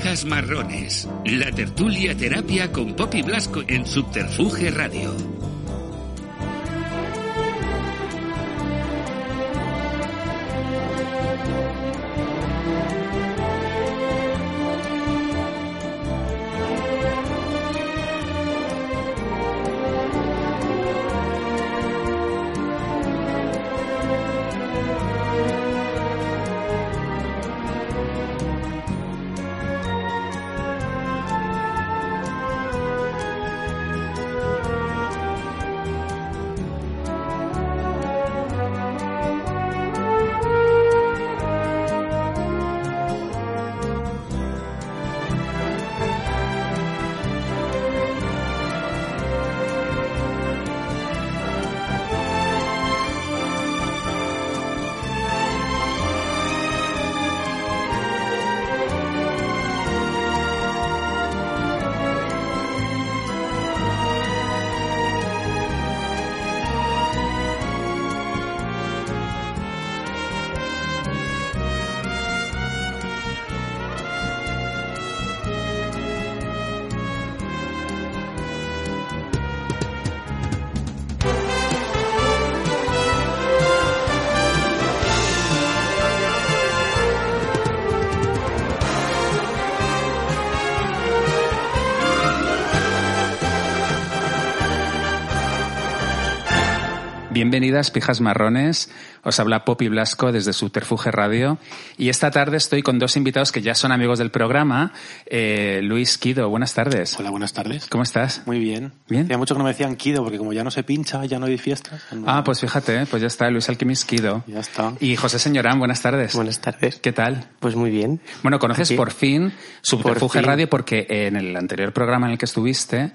Cajas Marrones, la tertulia terapia con Poppy Blasco en Subterfuge Radio. Bienvenidas, pijas marrones. Os habla Poppy Blasco desde Subterfuge Radio. Y esta tarde estoy con dos invitados que ya son amigos del programa. Eh, Luis Quido, buenas tardes. Hola, buenas tardes. ¿Cómo estás? Muy bien. Bien. Hacía mucho que no me decían Kido, porque como ya no se pincha, ya no hay fiestas. no- Ah, pues fíjate, pues ya está, Luis Alquimis Quido. Ya está. Y José Señorán, buenas tardes. Buenas tardes. ¿Qué tal? Pues muy bien. Bueno, conoces Aquí. por fin Subterfuge Por fin. Radio porque en el anterior programa en el que estuviste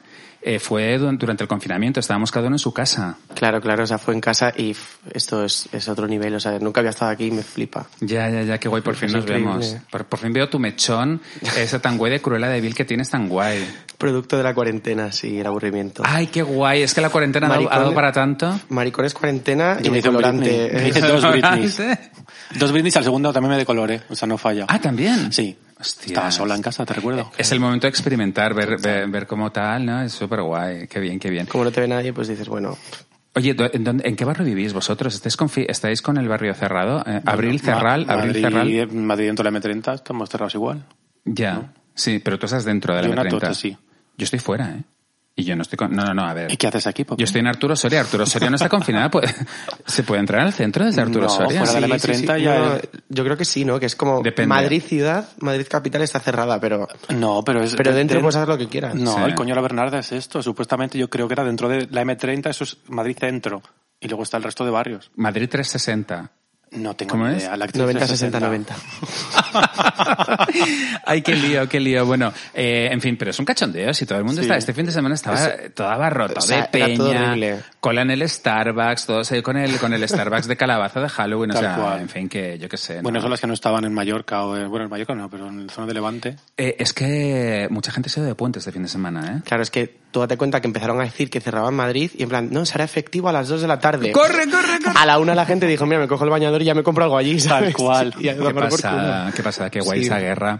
eh, fue du- durante el confinamiento, estábamos cada uno en su casa. Claro, claro, o sea, fue en casa y f- esto es, es otro nivel, o sea, nunca había estado aquí y me flipa. Ya, ya, ya, qué guay, por fin Es nos increíble. vemos. Por, por fin veo tu mechón, esa tan guay de Cruella de Vil que tienes tan guay. Producto de la cuarentena, sí, el aburrimiento. Ay, qué guay, es que la cuarentena ha dado- ha Maricón. dado para tanto. Maricones cuarentena y Yo me hice un desodorante. Britney. Me hice Eh, dos Britneys. ¿Eh? Dos Britneys al segundo también me decoloré, o sea, no falla. Ah, Eh, también. Sí. Hostias. Estaba sola en casa, te recuerdo. Es el momento de experimentar, ver, ver, ver cómo tal, ¿no? Es súper guay, qué bien, qué bien. Como no te ve nadie, pues dices, bueno, Oye, ¿dó- ¿en, dónde- en qué barrio vivís vosotros? ¿Estáis con, fi- estáis con el barrio cerrado? Eh, ¿Abril Cerral? Ma- ¿Abril Madrid, Cerral? Madrid dentro de la M30, estamos cerrados igual. Ya, sí, pero tú estás dentro de la Yo en M30. Atocha, sí. Yo estoy fuera, ¿eh? Y yo no estoy con... No, no, no, a ver. ¿Y qué haces aquí, Eh, Poppy? Yo estoy en Arturo Soria. Arturo Soria no está confinada. pues, ¿Se puede entrar al centro desde Arturo No, Soria? fuera de la Sí, sí, M30 sí. ya No, es- yo creo que sí, ¿no? Que es como Depende. Madrid ciudad, Madrid capital está cerrada, pero No, pero es... pero dentro den- puedes hacer lo que quieras. No, Sí. el coño de la Bernarda es esto. Supuestamente yo creo que era dentro de la M30, eso es Madrid centro. Y luego está el resto de barrios. Madrid 360. No tengo ¿Cómo ni es? idea. La actriz 90, 60, 360. 90. Ay, qué lío, qué lío. Bueno, eh, en fin, pero es un cachondeo. Si todo el mundo Sí. está, este fin de semana estaba todo abarrotado o sea, de era todo peña, horrible. cola en el Starbucks, todos ahí con el, con el Starbucks de calabaza de Halloween. o Tal sea, cual. en fin, que yo qué sé. ¿no? Bueno, son las que no estaban en Mallorca o en- bueno, en Mallorca no, pero en la zona de Levante. Eh, es que mucha gente se ha ido de puente este fin de semana, ¿eh? Claro, es que tú date cuenta que empezaron a decir que cerraban Madrid y en plan, no, será efectivo a las 2 de la tarde. ¡Corre, corre, corre! A la una la gente dijo, mira, me cojo el bañador y ya me compro algo allí, ¿sabes? cual. Y a Qué tomar por pasada, culo. qué pasada, qué guay Sí. esa guerra.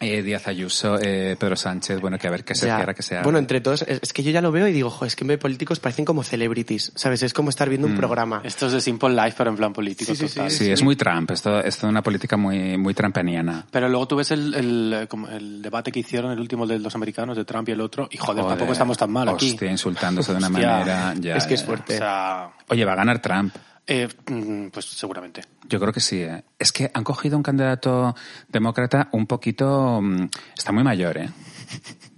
Eh, Díaz Ayuso, eh, Pedro Sánchez, bueno, que a ver qué se Ya. cierra, que sea. Bueno, entre todos, es es que yo ya lo veo y digo, jo, es que en vez de políticos parecen como celebrities, ¿sabes? Es como estar viendo Mm. un programa. Esto es de Simple Life, pero en plan político Sí, sí, total. sí, es muy Trump, esto, esto es una política muy, muy trampaniana. Pero luego tú ves el, el, eh, como el debate que hicieron, el último de los americanos, de Trump y el otro, y joder, Joder, tampoco estamos tan mal aquí. Hostia, insultándose de una Hostia. manera. ya, es que es ya. O fuerte. sea, Oye, va a ganar Trump. eh, mm, pues seguramente. Yo creo que sí. ¿eh? Es que han cogido un candidato demócrata un poquito... mm, Está muy mayor, ¿eh?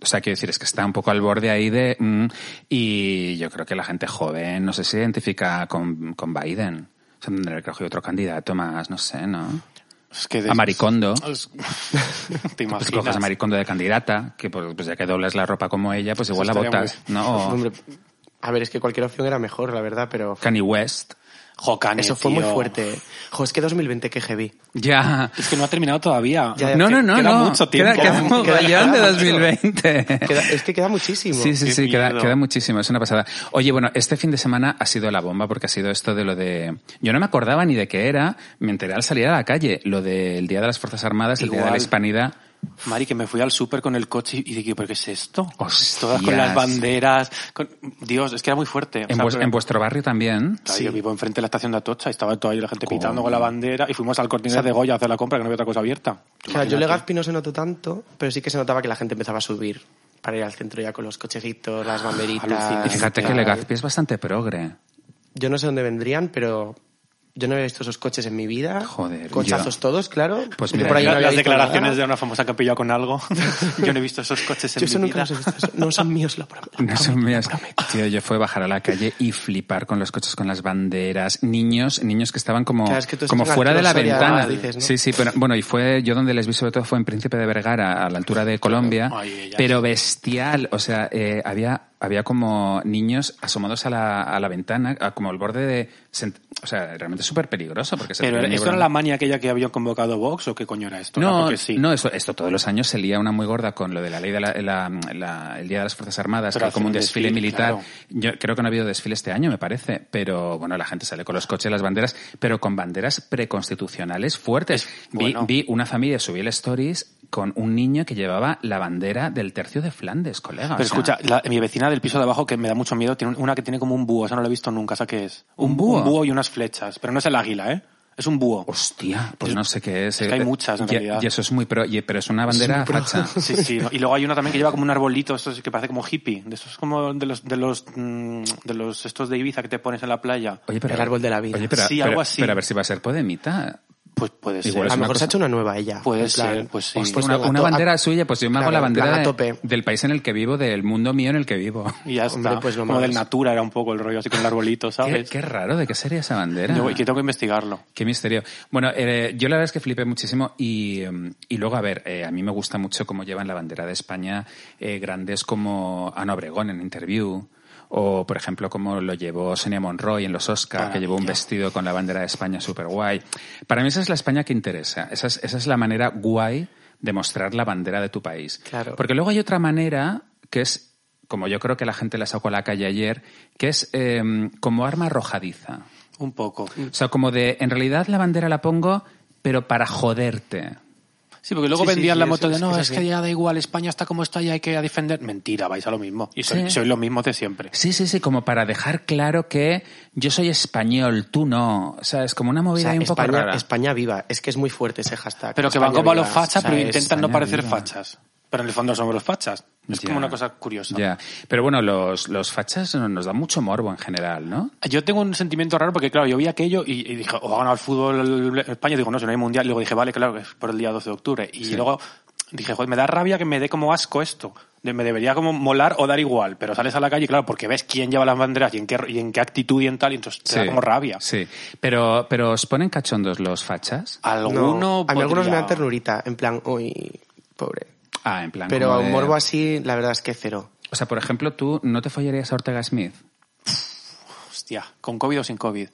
O sea, quiero decir, es que está un poco al borde ahí de... mm, y yo creo que la gente joven no sé, se identifica con, con Biden. O sea, tendría que coger otro candidato más, no sé, ¿no? Es que de- A Maricondo. Es- Te Pues coges imaginas. a Maricondo de candidata, que pues, pues ya que doblas la ropa como ella, pues igual la estaría votas, muy ¿no? O Hombre, a ver, es que cualquier opción era mejor, la verdad, pero Kanye West. Jo, Kanye, eso fue muy tío. fuerte. Jo, es que 2020 que heavy. Ya. Es que no ha terminado todavía. Ya, ya. No, que- no, no, queda no. mucho Queda- tiempo. Queda, un Queda- mogollón de queda 2020. Queda- es que queda muchísimo. Sí, sí, Qué sí, queda, miedo. queda muchísimo, es una pasada. Oye, bueno, este fin de semana ha sido la bomba porque ha sido esto de lo de... Yo no me acordaba ni de qué era, me enteré al salir a la calle, lo del Día de las Fuerzas Armadas, el Día de la Igual. Hispanidad. Mari, que me fui al súper con el coche y dije, ¿pero qué es esto? Hostias. Todas con las banderas. con- Dios, es que era muy fuerte. O En, sea, vues- pero- en vuestro barrio también. Claro, Yo vivo enfrente de la estación de Atocha y estaba toda ahí la gente pitando con la bandera y fuimos al corte Inglés de Goya a hacer la compra que no había otra cosa abierta. Claro, yo Legazpi no se notó tanto, pero sí que se notaba que la gente empezaba a subir para ir al centro ya con los cochecitos, las Alucina. banderitas. Y fíjate que tal. Legazpi es bastante progre. Yo no sé dónde vendrían, pero yo no había visto esos coches en mi vida. Joder, Cochazos yo- todos, claro. Pues Yo mira, por ahí no había las visto declaraciones nada. de una famosa que han pillado con algo. yo no he visto esos coches en Yo mi eso nunca vida. los he visto. eso. No son míos, lo prometo. No son mías. Tío, yo fue bajar a la calle y flipar con los coches, con las banderas, niños, niños que estaban como, Claro, es que tú estás como en la fuera de la altura Soria, ventana. dices, ¿no? Sí, sí, pero bueno, y fue, yo donde les vi sobre todo fue en Príncipe de Vergara, a la altura de Colombia, Ay, ya pero bestial, o sea, eh, había, había como niños asomados a la, a la ventana, a como al borde de, sent- o sea, realmente súper peligroso porque se Pero ponían ¿esto librando- era la mania aquella que había convocado Vox o qué coño era esto? no, porque sí. no, eso, esto todos los años se lía una muy gorda con lo de la ley de la, la- la- el Día de las Fuerzas Armadas, Pero que hay como hacen un un desfile, desfile, militar. claro. Yo creo que no ha habido desfile este año, me parece, pero bueno, la gente sale con los coches, las banderas, pero con banderas preconstitucionales fuertes. Vi, bueno. vi una familia, subí el stories con un niño que llevaba la bandera del tercio de Flandes, colega. Pero o sea, escucha, la- mi vecina del piso de abajo que me da mucho miedo tiene una que tiene como un búho, esa no la he visto nunca, ¿esa qué es? ¿Un búho? Un búho y unas flechas, pero no es el águila, ¿eh? Es un búho. Hostia, pues no sé qué es. es que hay muchas, en y, realidad. Y eso es muy pro, y- pero es una bandera facha. Sí, sí. no. Y luego hay una también que lleva como un arbolito, estos que parece como hippie, de estos como de los de los mm, de los estos de Ibiza que te pones en la playa. Oye, pero, El árbol de la vida. Oye, pero, Sí, pero- algo así. pero a ver si va a ser Podemita. Pues puede ser. Igual es a lo una mejor cosa- se ha hecho una nueva ella. Puede en plan, ser, pues sí. hostia, Pues una, a una to- a- bandera suya, pues yo me hago claro, la en plan, bandera a de- tope. del país en el que vivo, del mundo mío en el que vivo. Y ya está. Hombre, pues no como del más. Natura era un poco el rollo así con el arbolito, Qué, ¿sabes? qué raro, ¿de qué sería esa bandera? Yo- y que tengo que investigarlo. Qué misterio. Bueno, eh, yo la verdad es que flipé muchísimo y, mm, y luego, a ver, eh, a mí me gusta mucho cómo llevan la bandera de España eh, grandes como Ana Obregón en Interview o, por ejemplo, como lo llevó Sonia Monroy en los Oscar, que llevó un vestido con la bandera de España súper guay. Para mí esa es la España que interesa. Esa es, esa es la manera guay de mostrar la bandera de tu país. Claro. Porque luego hay otra manera que es, como yo creo que la gente la sacó a la calle ayer, que es em, como arma arrojadiza. Un poco. O sea, como de, en realidad la bandera la pongo, pero para joderte. Sí, porque luego Sí, sí, vendían sí, la eso moto de es- no, eso es sí. que ya da igual, España está como está y hay que defender. Mentira, vais a lo mismo. Y soy, Sí. soy lo mismo de siempre. Sí, sí, sí, como para dejar claro que yo soy español, tú no. O sea, es como una O movida sea, ahí un poco España, rara. España viva. Es que es muy fuerte ese hashtag. Pero que van España como a los viva. fachas, O sea, pero es- intentan no España parecer viva. fachas. Pero en el fondo somos los fachas. Es Ya. como una cosa curiosa. Ya. Pero bueno, los, los fachas no- nos dan mucho morbo en general, ¿no? Yo tengo un sentimiento raro porque, claro, yo vi aquello y, y dije, o ha ganado el fútbol España. Digo, no, si no hay mundial. Luego dije, vale, claro, que es por el día 12 de octubre. Y luego dije, joder, me da rabia que me dé como asco esto. De- Me debería como molar o dar igual. Pero sales a la calle, claro, porque ves quién lleva las banderas y en qué, y en qué actitud y en tal. Y entonces te da como rabia. Sí. Pero, pero os ponen cachondos los fachas. Alguno. No, a mí podría- algunos me dan ternurita. En plan, uy, pobre. Ah, en plan. Pero como a un de- morbo así, la verdad es que cero. O sea, por ejemplo, tú no te follarías a Ortega Smith. Hostia, ¿con COVID o sin COVID?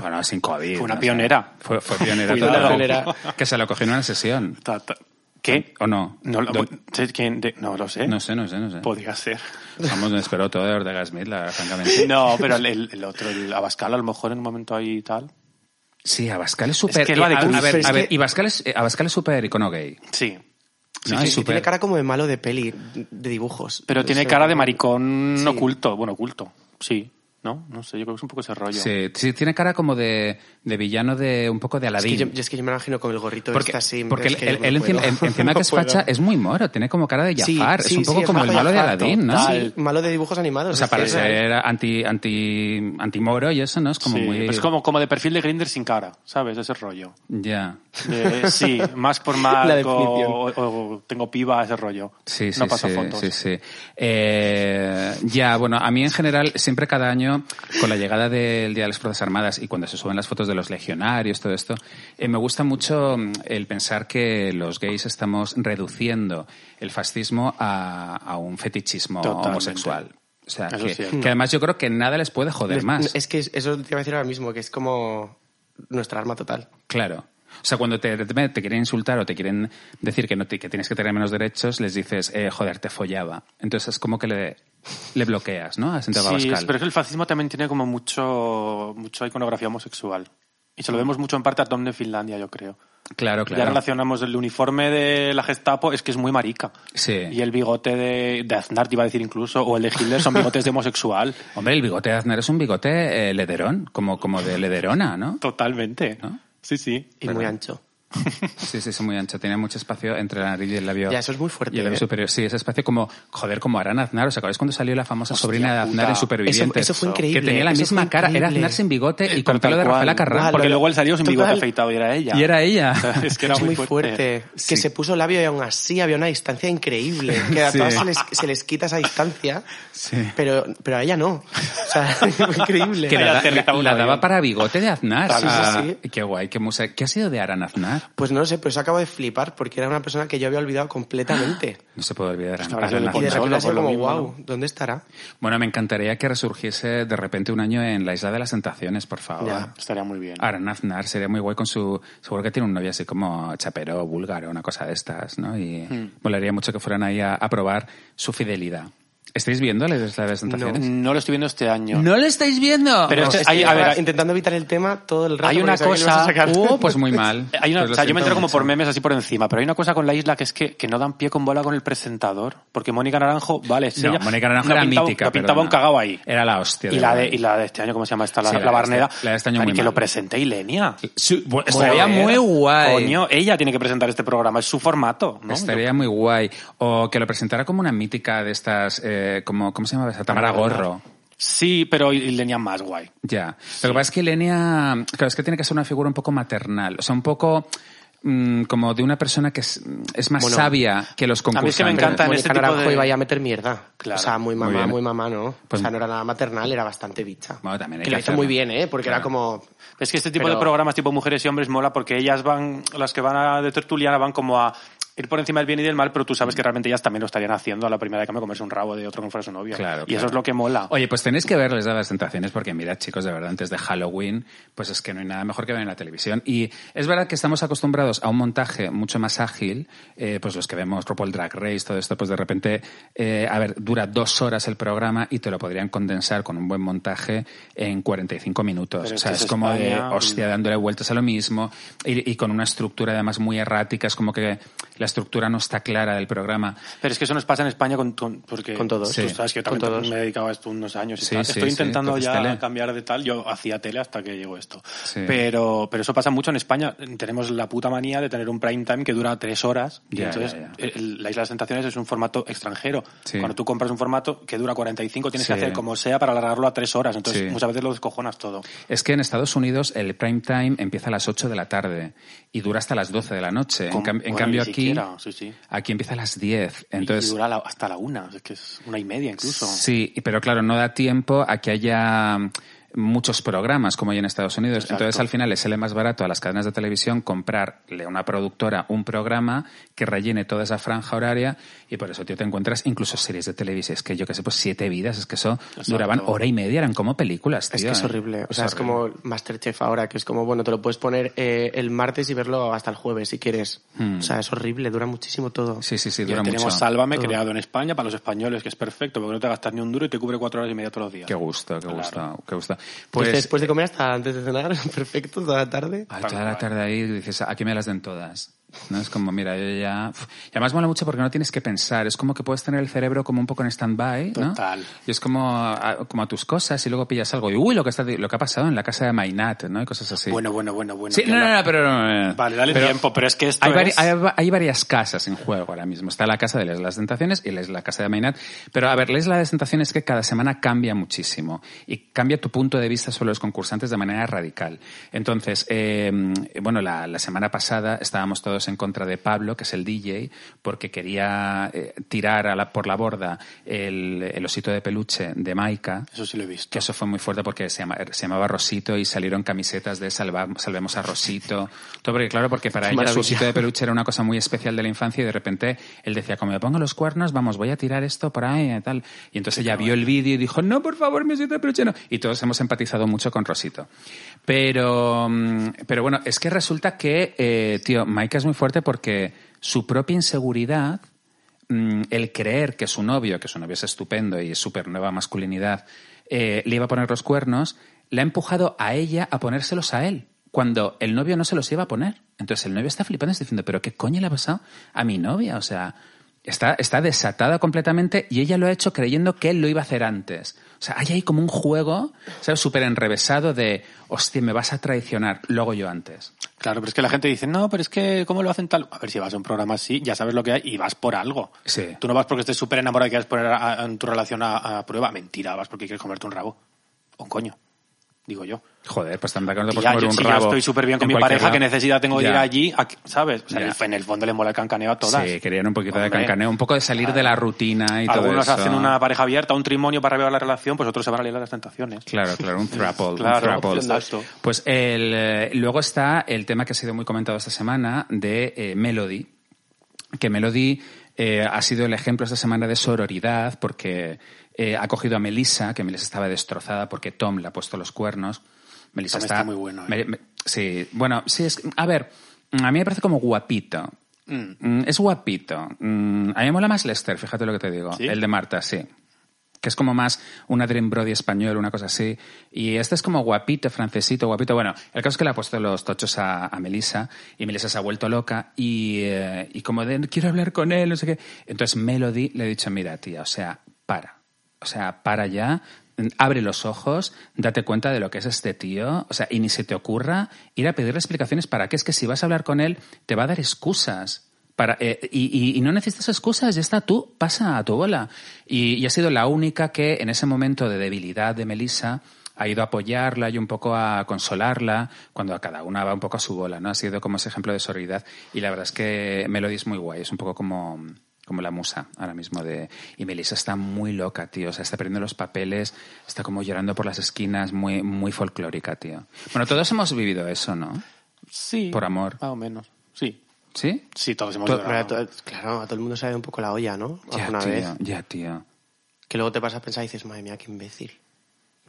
Bueno, sin COVID. Fue ¿no? O una sea, pionera. fue, fue pionera. Cuidado. totalmente. Que se lo cogió en una sesión. Ta- ta- ¿Qué? ¿O no? No ¿eh? lo, Do- sé quién de- no lo sé. No sé, no sé, no sé. Podría ser. Vamos, me esperó todo de Ortega Smith, la, francamente. No, pero el, el- el otro, el Abascal, a lo mejor en un momento ahí y tal. Sí, Abascal es súper... eh, Es que lo ha de a, a ver, Pero a es ver, que- y Abascal es, eh, Abascal es súper icono gay. Sí. No, Sí, es sí, tiene súper... cara como de malo de peli, de dibujos. Pero No tiene sé, cara de como- maricón Sí. oculto. Bueno, oculto. Sí. ¿No? No sé, yo creo que es un poco ese rollo. Sí, sí, tiene cara como de, de villano de un poco de Es que Aladín. yo, yo es que yo me imagino con el gorrito porque este así. porque es él, que yo él- no él puedo. encima, en- encima que es No puedo. facha, es muy moro, tiene como cara de Sí, Jafar, sí, es un poco sí, como el Jafar malo de Jafar, Aladín, ¿no? total. Sí, malo de dibujos animados. O sea, es que para es- ser anti, anti, anti-moro y eso, ¿no? Es como Sí, muy... pero pues Es como, como de perfil de Grinder sin cara, ¿sabes? Ese rollo. Ya. De, sí, más por más La definición. o, o- o tengo piba, ese rollo. Sí, sí, no pasa sí, fotos. sí, sí. Eh, ya, bueno, a mí en general, siempre cada año, con la llegada del Día de las Fuerzas Armadas y cuando se suben las fotos de los legionarios, todo esto, eh, me gusta mucho mm, el pensar que los gays estamos reduciendo el fascismo a, a un fetichismo Totalmente. homosexual. O sea, Eso que, es cierto. que además yo creo que nada les puede joder más. Es que eso te iba a decir ahora mismo, que es como nuestra arma total. Claro. O sea, cuando te, te- te quieren insultar o te quieren decir que, no te- que tienes que tener menos derechos, les dices, eh, joder, te follaba. Entonces es como que le, le bloqueas, ¿no? A Santiago Sí, Abascal. pero es que el fascismo también tiene como mucho, mucho iconografía homosexual. Y se lo vemos mucho en parte a Tom de Finlandia, yo creo. Claro, claro. Ya relacionamos el uniforme de la Gestapo, es que es muy marica. Sí. Y el bigote de, de Aznar, te iba a decir incluso, o el de Hitler, son bigotes de homosexual. Hombre, el bigote de Aznar es un bigote eh, lederón, como, como de lederona, ¿no? Totalmente. ¿No? Sí, sí. Y muy ancho. Sí, sí, es muy ancho. Tiene mucho espacio entre la nariz y el labio. Ya, eso es muy fuerte, Y el labio ¿eh? superior. Sí, ese espacio como, joder, como Arana Aznar. ¿Os acordáis cuando salió la famosa Hostia sobrina de Aznar puta. en Supervivientes? Eso- eso fue increíble, Que tenía la eso misma fue cara. Era increíble. Aznar sin bigote y con Tal pelo de cual. Rafael Carrá. Guau, Porque lo- luego él salió sin bigote total. afeitado y era ella. Y era ella. es que era es muy fuerte. Sí. Que se puso labio y aún así había una distancia increíble. Que a Sí. todas se les, se les quita esa distancia, Sí. pero, pero a ella no. O sea, fue increíble. Que la, Ahí da- aterrizaba un la avión. daba para bigote de Aznar. Sí, sí, Ah, sí. Qué guay. Qué, musa- ¿Qué ha sido de Arana Aznar? Pues no lo sé, pero eso acabo de flipar porque era una persona que yo había olvidado completamente. No se puede olvidar. habrá Arana sido Aznar. Y Ah. Consola, de repente ha por sido lo como, mismo, wow, ¿dónde estará? Bueno, me encantaría que resurgiese de repente un año en la Isla de las Tentaciones, por favor. Ya. Estaría muy bien. Aran Aznar sería muy guay con su... Seguro que tiene un novio así como chapero, búlgaro, una cosa de estas, ¿no? Y Hmm. volaría mucho que fueran ahí a, a probar su fidelidad. ¿Estáis viendo la Isla de las Tentaciones? No lo estoy viendo este año. ¿No lo estáis viendo? Pero No, este- es- hay- a ver, Estaba hay- intentando evitar el tema todo el rato. hay una porque sabía que lo ibas a cosa- sacar. Uh, pues muy mal. Eh, Hay una, Pues lo o sea, yo me siento entero como mucho. por memes así por encima, pero hay una cosa con la isla que es que, que no dan pie con bola con el presentador, porque Mónica Naranjo, vale, sí, No, ella- Mónica Naranjo no era pintaba, mítica. no pintaba perdona. un cagao ahí. Era la hostia. Y la, de, verdad. y la de este año, ¿cómo se llama esta? La, Sí, la la de Barneda. este- la de este año Dani, muy que mal. lo presente Ilenia. Sí, bueno, estaría muy guay. Coño, ella tiene que presentar este programa, es su formato, ¿no? Estaría muy guay. O que lo presentara como una mítica de estas, eh, como, ¿cómo se llama? esa? Tamara Gorro. Sí, pero Ilenia más guay. Ya. Lo que pasa es que Ilenia, claro, es que tiene que ser una figura un poco maternal, o sea, un poco mm, como de una persona que es, es más Bueno, sabia que los mí concursantes. es que me encanta en Mónica este tipo Naranjo de- iba ya a meter mierda. Claro. O sea, muy Muy mamá, muy, bien. mamá, ¿no? Pues- o sea, no era nada maternal, era bastante bicha. Bueno, también hay que que lo hizo hacerlo. muy bien, ¿eh? Porque era como... Es que este tipo Pero- de programas tipo mujeres y hombres mola porque ellas van, las que van a, de tertuliana van como a ir por encima del bien y del mal, pero tú sabes que realmente ellas también lo estarían haciendo a la primera de cambio comerse un rabo de otro con fuera su novio. Claro, y claro. eso es lo que mola. Oye, pues tenéis que verles las tentaciones porque mirad, chicos, de verdad, antes de Halloween, pues es que no hay nada mejor que ver en la televisión. Y es verdad que estamos acostumbrados a un montaje mucho más ágil, eh, pues los que vemos RuPaul Drag Race, todo esto, pues de repente, eh, a ver, dura dos horas el programa y te lo podrían condensar con un buen montaje en 45 minutos. Pero o es sea, que es, es como España, mm. de, hostia, dándole vueltas a lo mismo y, y con una estructura además muy errática, es como que la estructura no está clara del programa. Pero es que eso nos pasa en España con, con- porque Con todos. Tú Sí. sabes que yo Con también todos. me he dedicado a esto unos años. y Sí, tal. sí, sí, Estoy intentando entonces ya tele. cambiar de tal. Yo hacía tele hasta que llegó esto. Sí. Pero, pero eso pasa mucho en España. Tenemos la puta manía de tener un prime time que dura tres horas. y Ya, entonces, ya, ya. el- el- la Isla de las Tentaciones es un formato extranjero. Sí. Cuando tú compras un formato que dura 45, tienes que Sí. hacer como sea para alargarlo a tres horas. Entonces, Sí. muchas veces lo descojonas todo. Es que en Estados Unidos el prime time empieza a las 8 de la tarde y dura hasta las 12 de la noche. En, Con- cam- en bueno, cambio ni aquí, siquiera, sí, sí. aquí empieza a las 10. y Entonces, dura la- hasta la una. Es que es una y media incluso. sí, y- pero claro, no da tiempo a que haya mm, muchos programas como hay en Estados Unidos. Exacto. Entonces, al final les sale más barato a las cadenas de televisión comprarle a una productora un programa que rellene toda esa franja horaria y por eso, tío, te encuentras incluso series de televisión. Es que yo qué sé, pues siete vidas, es que eso duraban hora y media, eran como películas, Es tío, que es ¿eh? horrible. O sea, es horrible. como Masterchef ahora, que es como, bueno, te lo puedes poner eh, el martes y verlo hasta el jueves si quieres. O sea, es horrible, dura muchísimo todo. Hmm. Sí, sí, sí, Y dura tenemos mucho. Sálvame Todo. creado en España para los españoles, que es perfecto, porque no te gastas ni un duro y te cubre cuatro horas y media todos los días. Qué gusto, qué Claro. gusto, qué gusto. Pues Pues, Ah, después de comer hasta antes de cenar, perfecto, toda la tarde. ay, toda la tarde ahí dices, "Ah, aquí me las den todas. No es como, mira, yo ya. Uf. Y además mola mucho porque no tienes que pensar. Es como que puedes tener el cerebro como un poco en stand-by, ¿no? Total. Y es como a, como a tus cosas y luego pillas algo. Y uy, lo que, está, lo que ha pasado en la casa de Mainat, ¿no? Y cosas así. Bueno, bueno, bueno, bueno. Sí, que no, no, la- no, pero. no, no, no. Vale, dale Pero tiempo, pero es que esto Hay, vari- es... hay va- hay varias casas en juego ahora mismo. Está la casa de Les las Tentaciones y Les la casa de Mainat. Pero a ver, Les las Tentaciones que cada semana cambia muchísimo y cambia tu punto de vista sobre los concursantes de manera radical. Entonces, eh, bueno, la, la semana pasada estábamos todos en contra de Pablo, que es el DJ, porque quería eh, tirar a la- por la borda el, el osito de peluche de Maika. Eso sí lo he visto. Que eso fue muy fuerte porque se, llama- se llamaba Rosito y salieron camisetas de salva- Salvemos a Rosito. Todo porque, claro, porque para Qué ella su maravilla. osito de peluche era una cosa muy especial de la infancia y de repente él decía, como me pongo los cuernos, vamos, voy a tirar esto por ahí y tal. Y entonces ella vio el vídeo y dijo, no, por favor, mi osito de peluche no. Y todos hemos empatizado mucho con Rosito. Pero, mm, pero bueno, es que resulta que, eh, tío, Maika es muy fuerte porque su propia inseguridad mm, el creer que su novio, que su novio es estupendo y es súper nueva masculinidad, eh, le iba a poner los cuernos, le ha empujado a ella a ponérselos a él. cuando el novio no se los iba a poner. Entonces el novio está flipando, está diciendo, pero ¿qué coño le ha pasado a mi novia? O sea, está, está desatada completamente y ella lo ha hecho creyendo que él lo iba a hacer antes. O sea, hay ahí como un juego, ¿sabes? Súper enrevesado de, hostia, me vas a traicionar, lo hago yo antes. Claro, pero es que la gente dice, no, pero es que, ¿cómo lo hacen tal? A ver, si vas a un programa así, ya sabes lo que hay y vas por algo. Sí. Tú no vas porque estés súper enamorado y quieras poner a- a- en tu relación a, a prueba. Mentira, vas porque quieres comerte un rabo. O un coño, digo yo. Joder, pues tanta que no te Y puedes ya, comer yo, un si yo rabo estoy súper bien con en mi cualquier pareja, lado. ¿qué necesidad tengo de ir Ya. allí? A- ¿Sabes? O sea, Ya. en el fondo le mola el cancaneo a todas. Sí, querían un poquito de Hombre. cancaneo, un poco de salir de la rutina y Algunos todo eso. hacen una pareja abierta, un trimonio para revelar la relación, pues otros se van a liar las tentaciones. Claro, claro, un throuple. Claro, un throuple. exacto. Pues el, eh, luego está el tema que ha sido muy comentado esta semana de eh, Melody, que Melody eh, ha sido el ejemplo esta semana de sororidad porque eh, ha cogido a Melissa, que Melissa estaba destrozada porque Tom le ha puesto los cuernos. Melissa Tom está, está muy bueno, ¿eh? Me- me- sí, bueno, sí, es, a ver, a mí me parece como guapito. Mm, Es guapito. Mm, A mí me mola más Lester, fíjate lo que te digo. ¿Sí? El de Marta, sí. Que es como más una Dream Brody español, una cosa así. Y este es como guapito, francesito, guapito. Bueno, el caso es que le ha puesto los tochos a, a Melissa y Melissa se ha vuelto loca y, eh, y como de quiero hablar con él, no sé qué. Entonces Melody le ha dicho, mira tía, o sea, para. O sea, para ya, mm, abre los ojos, date cuenta de lo que es este tío, o sea, y ni se te ocurra ir a pedirle explicaciones para qué. Es que si vas a hablar con él, te va a dar excusas. Para, eh, y, y- y no necesitas excusas, ya está, tú pasa a tu bola. Y, y ha sido la única que en ese momento de debilidad de Melissa ha ido a apoyarla y un poco a consolarla cuando a cada una va un poco a su bola, ¿no? Ha sido como ese ejemplo de sororidad y la verdad es que Melody es muy guay, es un poco como, como la musa ahora mismo de... Y Melissa está muy loca, tío, o sea, está perdiendo los papeles, está como llorando por las esquinas, muy, muy folclórica, tío. Bueno, todos hemos vivido eso, ¿no? Sí. Por amor. Más o menos. Sí. ¿Sí? Sí, todos hemos To- llorado. Pero a to- claro, a todo el mundo sabe un poco la olla, ¿no? Ya, Alguna tío, vez. ya, tío. Que luego te vas a pensar y dices, madre mía, qué imbécil.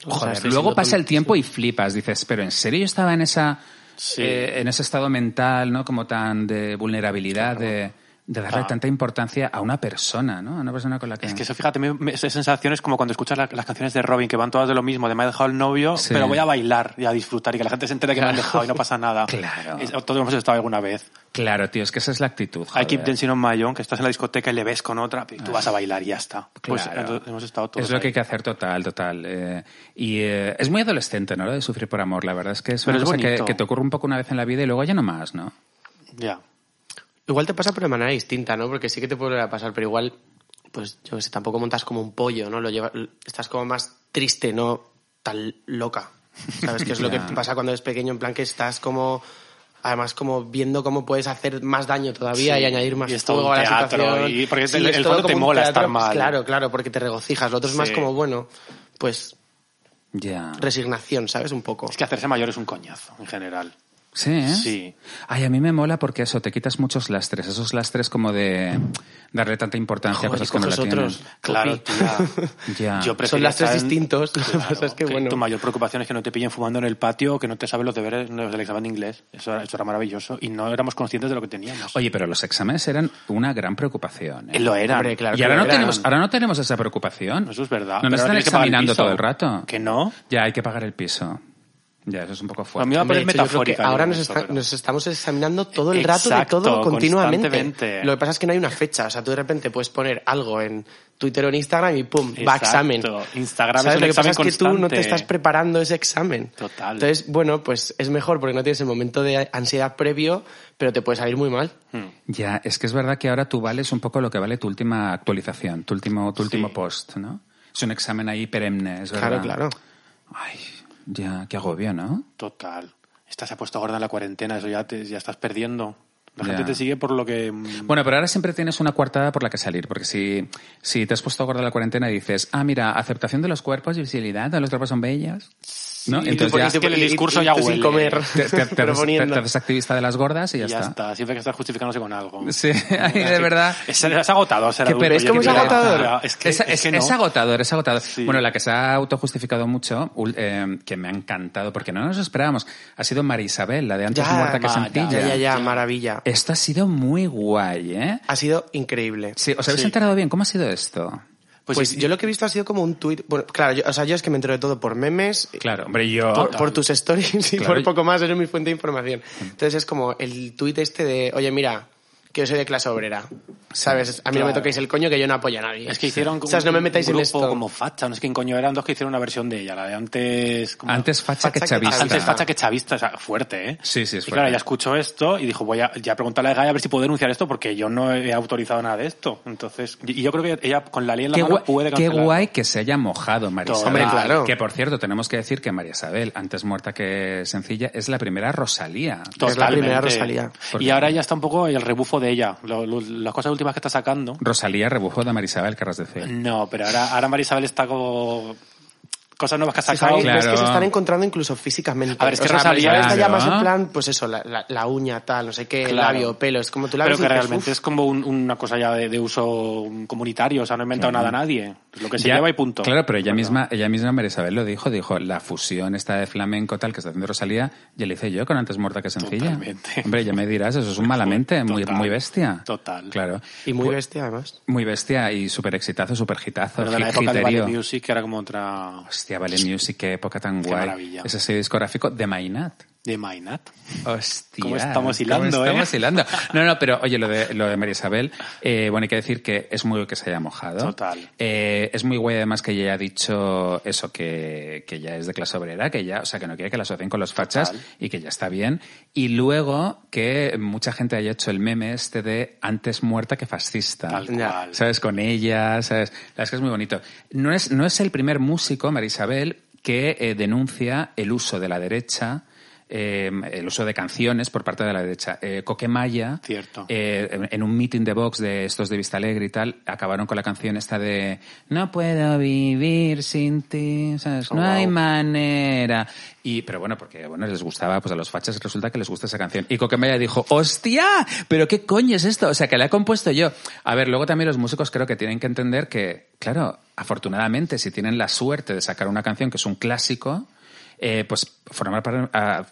O sea, Joder, estoy luego siendo pasa el tonto. tiempo y flipas, dices, pero en serio yo estaba en esa Sí. eh, en ese estado mental, ¿no? Como tan de vulnerabilidad, de, de darle Ah. tanta importancia a una persona, ¿no? A una persona con la que... Es que eso, fíjate, me- me- esas sensaciones como cuando escuchas la- las canciones de Robin, que van todas de lo mismo, de me ha dejado el novio, Sí. pero voy a bailar y a disfrutar y que la gente se entere que me han dejado y no pasa nada. Claro. Es- todos hemos estado alguna vez. Claro, tío, es que esa es la actitud. Hay Keep joder. Ah. Dancing on My Own, que estás en la discoteca y le ves con otra, y tú vas a bailar y ya está. Pues Claro. entonces hemos estado todos Es lo que hay ahí. que hacer total, total. Eh, y eh, es muy adolescente, ¿no? Lo de sufrir por amor, la verdad es que es Pero una es cosa que, bonito. que te ocurre un poco una vez en la vida y luego ya no más, ¿no? Ya. Igual te pasa pero de manera distinta, ¿no? Porque sí que te puede volver a pasar, pero igual, pues yo qué sé, tampoco montas como un pollo, ¿no? Lo lleva- estás como más triste, no tan loca. ¿Sabes qué es lo que Ya. pasa cuando eres pequeño? En plan que estás como, además como viendo cómo puedes hacer más daño todavía Sí, y añadir más y es todo fuego un a la teatro, situación. y- porque el- es el todo fondo te como un mola estar pues mal. Claro, claro, porque te regocijas. Lo otro es más Sí. como, bueno, pues Ya. resignación, ¿sabes? Un poco. Es que hacerse mayor es un coñazo, en general. Sí, ¿eh? Sí. Ay, a mí me mola porque eso, te quitas muchos lastres. Esos lastres como de darle tanta importancia a Joder, cosas que no la coges otros. tienen. Claro, Copy. tía. Ya. Yo prefiero Son las tres estar en- distintos. Lo que Claro, pasa es que, bueno. Tu mayor preocupación es que no te pillen fumando en el patio, que no te saben los deberes los del examen de inglés. Eso era, eso era maravilloso. Y no éramos conscientes de lo que teníamos. Oye, pero los exámenes eran una gran preocupación. ¿eh? Eh, lo eran. Hombre, claro y que ahora lo no, eran. tenemos, ahora no tenemos esa preocupación. Eso es verdad. No Pero nos están ahora tienes que pagar el examinando piso. todo el rato. ¿Que no? Ya, hay que pagar el piso. Ya, eso es un poco fuerte. A mí me va a Hombre, poner de hecho, yo creo que metafórica. ahora yo nos, eso, está- pero- nos estamos examinando todo el rato de Exacto, todo continuamente. constantemente. Lo que pasa es que no hay una fecha. O sea, tú de repente puedes poner algo en Twitter o en Instagram y ¡pum! Va Exacto. examen. Instagram ¿Sabes? es un Lo que pasa examen es que tú no constante. te estás preparando ese examen. Total. Entonces, bueno, pues es mejor porque no tienes el momento de ansiedad previo, pero te puede salir muy mal. Hmm. Ya, es que es verdad que ahora tú vales un poco lo que vale tu última actualización, tu último, tu último post, ¿no? Es un examen ahí perenne, es Claro, verdad. claro. Ay, ya, qué agobio, ¿no? Total. Estás se ha puesto gorda en la cuarentena, eso ya, te, ya estás perdiendo. La Ya. gente te sigue por lo que... Bueno, pero ahora siempre tienes una coartada por la que salir, porque si, si te has puesto gorda la cuarentena y dices, ah, mira, aceptación de los cuerpos y visibilidad, los cuerpos son bellos, ¿no? Y tú Entonces ya pones te, que el discurso y- ya y tú sin huele. comer, te- te- te haces- te- proponiendo. te haces activista de las gordas y ya, y ya está. está. Siempre que estás justificándose con algo. Sí, ay, de verdad. Es, es agotador ser Que, adulto, pero es yo como es creo. agotador. Es que, es, es que es- no. es agotador, es agotador. Sí. Bueno, la que se ha autojustificado mucho, ul- eh, que me ha encantado, porque no nos lo esperábamos, ha sido María Isabel, la de antes Ya, muerta que ma- sencilla. ya, ya, ya, maravilla. Esto ha sido muy guay, ¿eh? Ha sido increíble. Sí, ¿Os habéis Sí. enterado bien? ¿Cómo ha sido esto? Pues, yo lo que he visto ha sido como un tuit. Bueno, claro, yo, o sea, yo es que me entero de todo por memes, eh, Claro, hombre, yo... por, por tus stories y Claro. por poco más, eres mi fuente de información. Entonces es como el tuit este de, oye, mira, que yo soy de clase obrera. ¿Sabes? A mí no me Claro. toquéis el coño que yo no apoyo a nadie. Es que hicieron como O sea, no me metáis un en grupo esto. como facha, no es que coño eran dos que hicieron una versión de ella, la de antes... ¿cómo? Antes facha, que Facha que chavista. Antes facha que chavista, o sea, fuerte, ¿eh? Sí, sí, es Y claro, fuerte. ella escuchó esto y dijo, voy a ya preguntarle a Gaia a ver si puedo denunciar esto porque yo no he autorizado nada de esto. Entonces, y y yo creo que ella con la ley en la Qué, mano guay- puede qué cancelar. guay que se haya mojado María Todo. Isabel. Hombre, claro. Que por cierto, tenemos que decir que María Isabel, antes muerta que sencilla, es la primera Rosalía. Es la primera Totalmente. Rosalía. Porque- Y ahora ya está un poco el rebufo de ella, lo- lo- las cosas últimas que está sacando. Rosalía rebujó de María Isabel, querrás decir. No, pero ahora, ahora Marisabel está como... Cosas nuevas que ha Se están- sacado. pero es que se Claro. están encontrando incluso físicamente. A ver, es que O sea, Rosalía- Marisabel está ya Claro. más en plan, pues eso, la, la- la uña, tal, no sé qué, Claro. labio, pelo. Es como tú la Pero ves y que dices, realmente "Uf". es como un- una cosa ya de, de uso comunitario, o sea, no ha inventado nada nadie. Lo que Pues se Ya- lleva y punto. Claro, pero ella misma, ella misma María Isabel lo dijo, dijo, la fusión esta de flamenco tal que está haciendo Rosalía, ya le hice yo con antes muerta que sencilla. Totalmente. Hombre, ya me dirás, eso es un malamente, muy, Total. muy bestia. Total. Claro. Y pues muy bestia, además. Muy bestia y súper exitazo, súper hitazo, Pero de la hit- época de hiterío. Valley Music, que era como otra Hostia, Vale Music, qué época tan Qué guay. maravilla. Ese sello discográfico de Mainat. de Mainat. Hostia. ¿Cómo estamos hilando, ¿cómo eh? estamos hilando? No, no, pero oye, lo de, lo de María Isabel, eh, bueno, hay que decir que es muy guay que se haya mojado. Total. Eh, es muy guay además que ella haya dicho eso, que, que ya es de clase obrera, que ya, o sea, que no quiere que la asocien con los fachas Total. y que ya está bien. Y luego que mucha gente haya hecho el meme este de antes muerta que fascista. Tal Ya. cual. ¿Sabes? Con ella, ¿sabes? La verdad es que es muy bonito. No es, no es el primer músico, Marisabel, que eh, denuncia el uso de la derecha, eh, el uso de canciones por parte de la derecha. Eh, Coquemaya, Cierto. eh, en- en un meeting de Vox de estos de Vista Alegre y tal, acabaron con la canción esta de No puedo vivir sin ti, ¿sabes? Oh, no hay wow. manera. Y, pero bueno, porque bueno, les gustaba, pues a los fachas resulta que les gusta esa canción. Y Coquemaya dijo, ¡hostia! ¿Pero qué coño es esto? O sea, que la he compuesto yo. A ver, luego también los músicos creo que tienen que entender que, claro, afortunadamente, si tienen la suerte de sacar una canción que es un clásico, eh, pues formar par- a,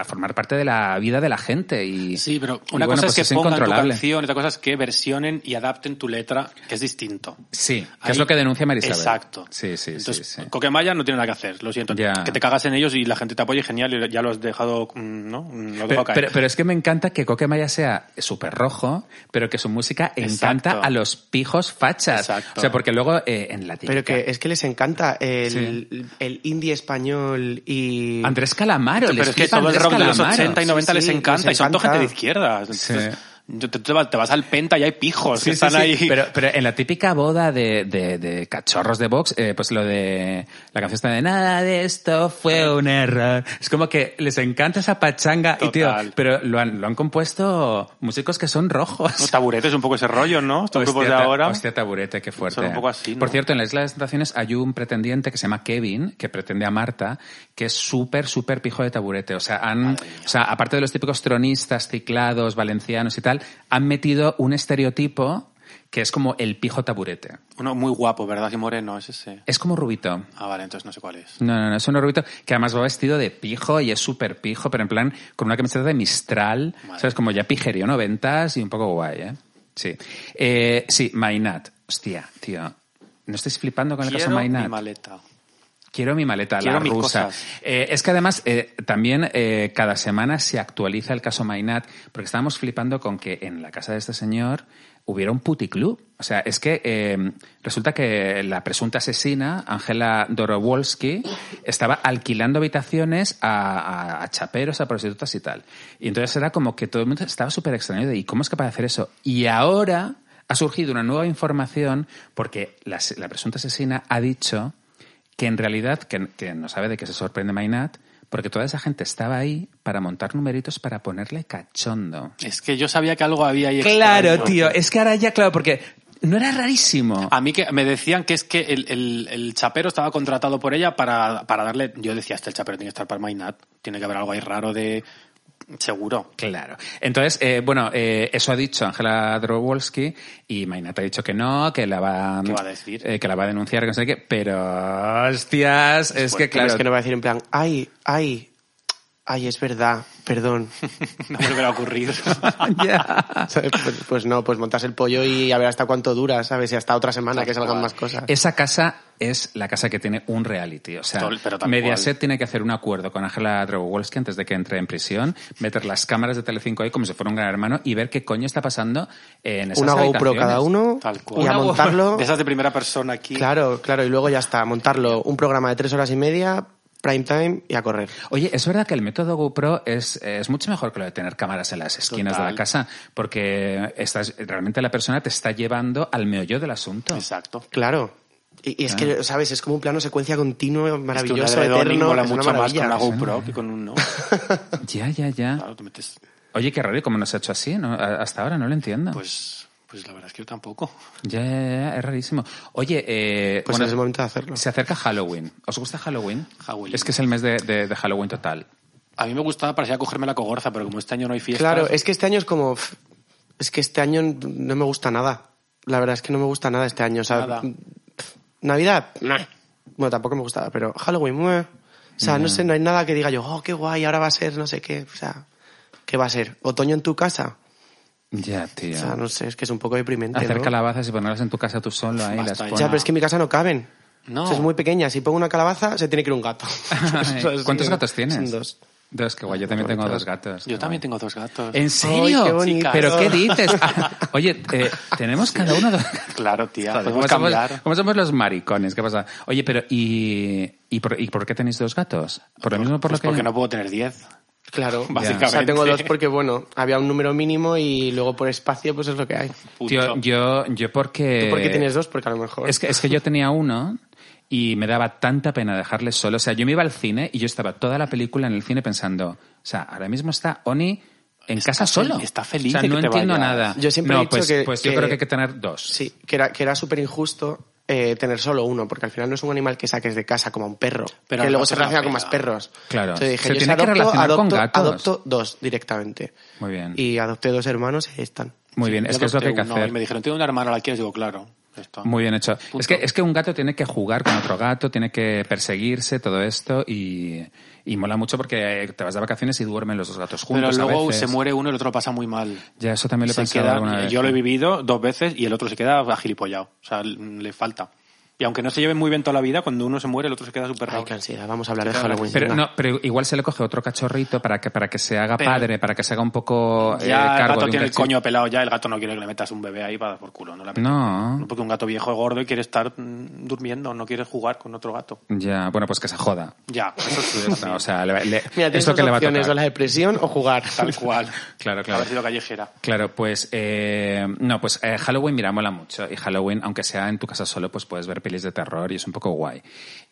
a formar parte de la vida de la gente y Sí, pero y una bueno, cosa pues es que pongan tu incontrolable. canción, otra cosa es que versionen y adapten tu letra, que es distinto. Sí, que Ahí- es lo que denuncia Marisabel. Exacto. Sí, sí, Entonces, sí. sí. Coquemaya no tiene nada que hacer, lo siento. Ya. Que te cagas en ellos y la gente te apoya y genial, y ya lo has dejado, mm, ¿no? Mm, Lo has Pero, dejado caer. pero- pero es que me encanta que Coquemaya sea súper rojo, pero que su música encanta Exacto. a los pijos fachas. Exacto. O sea, porque luego eh, en latín. Pero que es que les encanta el, el indie español y... Andrés Calamaro, Pero les es que flipa todo el Andrés rock de los Calamaro. 80 y 90 Sí, les sí, encanta les y son toda gente encanta. de izquierdas. Entonces, yo- te, te vas- te vas al Penta y hay pijos Sí, que sí, están sí. ahí. Pero, pero en la típica boda de, de- de cachorros de box, eh, pues lo de la canción está de nada de esto fue un error. Es como que les encanta esa pachanga y tío, Total. pero lo han, lo han compuesto músicos que son rojos. Los taburetes, un poco ese rollo, ¿no? Estos grupos de ta- ahora. hostia, taburete, qué fuerte. Son un poco así, ¿no? Por cierto, en la Isla de las Tentaciones hay un pretendiente que se llama Kevin, que pretende a Marta, que es súper, súper pijo de taburete. O sea, han, o sea, aparte de los típicos tronistas, ciclados, valencianos y tal, han metido un estereotipo que es como el pijo taburete. Uno muy guapo, ¿verdad? Y moreno, es ese. Es como rubito. Ah, vale, entonces no sé cuál es. No, no, no, es un rubito que además va vestido de pijo y es súper pijo, pero en plan con una camiseta de Mistral, Madre. ¿sabes? Como ya pijerío noventas y un poco guay, ¿eh? Sí. Eh, sí, Mainat. Hostia, tío. ¿No estáis flipando con el caso Quiero mi Mainat? maleta. Quiero mi maleta, Quiero la mis rusa. cosas. Eh, es que además eh, también eh, cada semana se actualiza el caso Mainat, porque estábamos flipando con que en la casa de este señor hubiera un puticlub. O sea, es que eh, resulta que la presunta asesina, Angela Dorowolski, estaba alquilando habitaciones a, a- a chaperos, a prostitutas y tal. Y entonces era como que todo el mundo estaba súper extrañado de, ¿y cómo es capaz de hacer eso? Y ahora ha surgido una nueva información porque la, se- la presunta asesina ha dicho que en realidad, que, que no sabe de qué se sorprende Mainat, porque toda esa gente estaba ahí para montar numeritos para ponerle cachondo. Es que yo sabía que algo había ahí. Claro, extraño. tío, es que ahora ya, claro, porque no era rarísimo. A mí que me decían que es que el, el- el chapero estaba contratado por ella para, para darle. Yo decía, este el chapero tiene que estar para Mainat. Tiene que haber algo ahí raro de. Seguro. Claro. Entonces, eh, bueno, eh, eso ha dicho Ángela Drowolski y Mainat ha dicho que no, que la va, ¿Qué va a decir? eh, que la va a denunciar, que no sé qué, pero hostias, es, que fuerte, claro, Es que no va a decir en plan, ay, ay, ay, es verdad, perdón. No me hubiera ocurrido. ¿Sabes? Pues, pues no, pues montas el pollo y a ver hasta cuánto dura, ¿sabes? Y hasta otra semana que salgan más cosas. Esa casa es la casa que tiene un reality. O sea, Tal- pero tal Mediaset tiene que hacer un acuerdo con Ángela Drewowski antes de que entre en prisión, meter las cámaras de Telecinco ahí como si fuera un gran hermano y ver qué coño está pasando en esas Una GoPro habitaciones. cada uno Tal cual. y a Una montarlo. De esas de primera persona aquí. Claro, claro, y luego ya está, montarlo un programa de tres horas y media, prime time y a correr. Oye, es verdad que el método GoPro es, es mucho mejor que lo de tener cámaras en las esquinas de Total. la casa, porque estás, realmente la persona te está llevando al meollo del asunto. Exacto. Claro. Y, y es que, ¿sabes? Es como un plano secuencia continuo, Es que un maravilloso, edredón eterno. mola es una mucho más con maravilla. Pues la GoPro que con un no. Ya, ya, ya. Claro, te metes. Oye, qué raro, ¿y cómo nos ha hecho así? No, a- hasta ahora no lo entiendo. Pues, pues la verdad es que yo tampoco. Ya, ya, ya, es rarísimo. Oye, eh, Pues bueno, es el momento de hacerlo. se acerca Halloween. ¿Os gusta Halloween? Halloween. Es que es el mes de, de- de Halloween total. A mí me gustaba, parecía cogerme la cogorza, pero como este año no hay fiestas. Claro, es que este año es como. pff, Es que este año no me gusta nada. La verdad es que no me gusta nada este año. O sea, Nada. pff, Navidad, meh. bueno, tampoco me gustaba, pero Halloween, meh. o sea, no sé, no hay nada que diga yo, oh, qué guay, ahora va a ser, no sé qué, o sea, ¿qué va a ser? ¿Otoño en tu casa? Ya, tío. O sea, no sé, es que es un poco deprimente. ¿no? Hacer calabazas y ponerlas en tu casa tú solo ahí. Basta las ya, Ya, pero pones. es que en mi casa no caben. No. O sea, es muy pequeña. Si pongo una calabaza, se tiene que ir un gato. O sea, es- ¿Cuántos gatos tienes? Son dos. Dos, qué guay. Yo también tengo Bonitos. dos gatos. Yo qué también guay. tengo dos gatos. ¿En serio? Ay, qué bonito. ¿Pero qué dices? Ah, oye, eh, tenemos cada uno dos Claro, tía. Joder, podemos ¿cómo somos- cambiar. cómo somos los maricones? ¿Qué pasa? Oye, pero ¿y, y, por, y por qué tenéis dos gatos? ¿Por lo mismo por Pues lo que...? porque no puedo tener 10. Claro, Básicamente. O sea, tengo dos porque, bueno, había un número mínimo y luego por espacio, pues es lo que hay. Puto. Tío, yo, yo porque... ¿Tú por qué tienes dos? Porque a lo mejor. Eh, Es que, es que yo tenía uno y me daba tanta pena dejarle solo. O sea, yo me iba al cine y yo estaba toda la película en el cine pensando, o sea, ahora mismo está Oni en casa solo. fel- está feliz O sea, de no que te entiendo vayas. nada. Yo siempre he No, dicho pues, que- pues yo que- creo que hay que tener dos. Sí, que era, que era súper injusto eh, tener solo uno, porque al final no es un animal que saques de casa como a un perro, Pero que el luego gato se es una relaciona con más pena. perros. Claro. Entonces dije, Se yo tiene que si adopto, relacionar con adopto- gatos. adopto dos directamente. Muy bien. Y adopté dos hermanos y ahí están. Muy bien, es Yo que es lo que hay que adopté hacer. uno Y me dijeron, tengo una hermana, ¿la quieres? Digo, claro. ya está. Muy bien hecho. Punto. Es que, es que un gato tiene que jugar con otro gato, tiene que perseguirse, todo esto, y, y mola mucho porque eh, te vas de vacaciones y duermen los dos gatos juntos. Pero a luego veces. se muere uno y el otro lo pasa muy mal. Ya, eso también lo he Se pensado queda- eh, alguna vez. yo lo he vivido dos veces y el otro se queda agilipollado. O sea, l- le falta. Y aunque no se lleven muy bien toda la vida, cuando uno se muere, el otro se queda súper Ay, raro. qué ansiedad. Vamos a hablar de Claro, Halloween. Pero venga. no, pero igual se le coge otro cachorrito para que para que se haga Pero- padre, para que se haga un poco eh, Ya el cargo de gato un tiene el cachorro. coño pelado ya, el gato no quiere que le metas un bebé ahí para dar por culo. No, le apetece. No. Porque un gato viejo es gordo y quiere estar mm, durmiendo, no quiere jugar con otro gato. Ya, bueno, pues que se joda. Ya, eso sí. Ya está, o sea, le- le- Mira, es tienes lo que dos le va a opciones, o tocar. la depresión o jugar. Tal cual. Claro, claro. Haber sido callejera. Claro, pues eh, no, pues eh, Halloween mira, mola mucho. Y Halloween, aunque sea en tu casa solo, pues puedes ver pelis de terror y es un poco guay.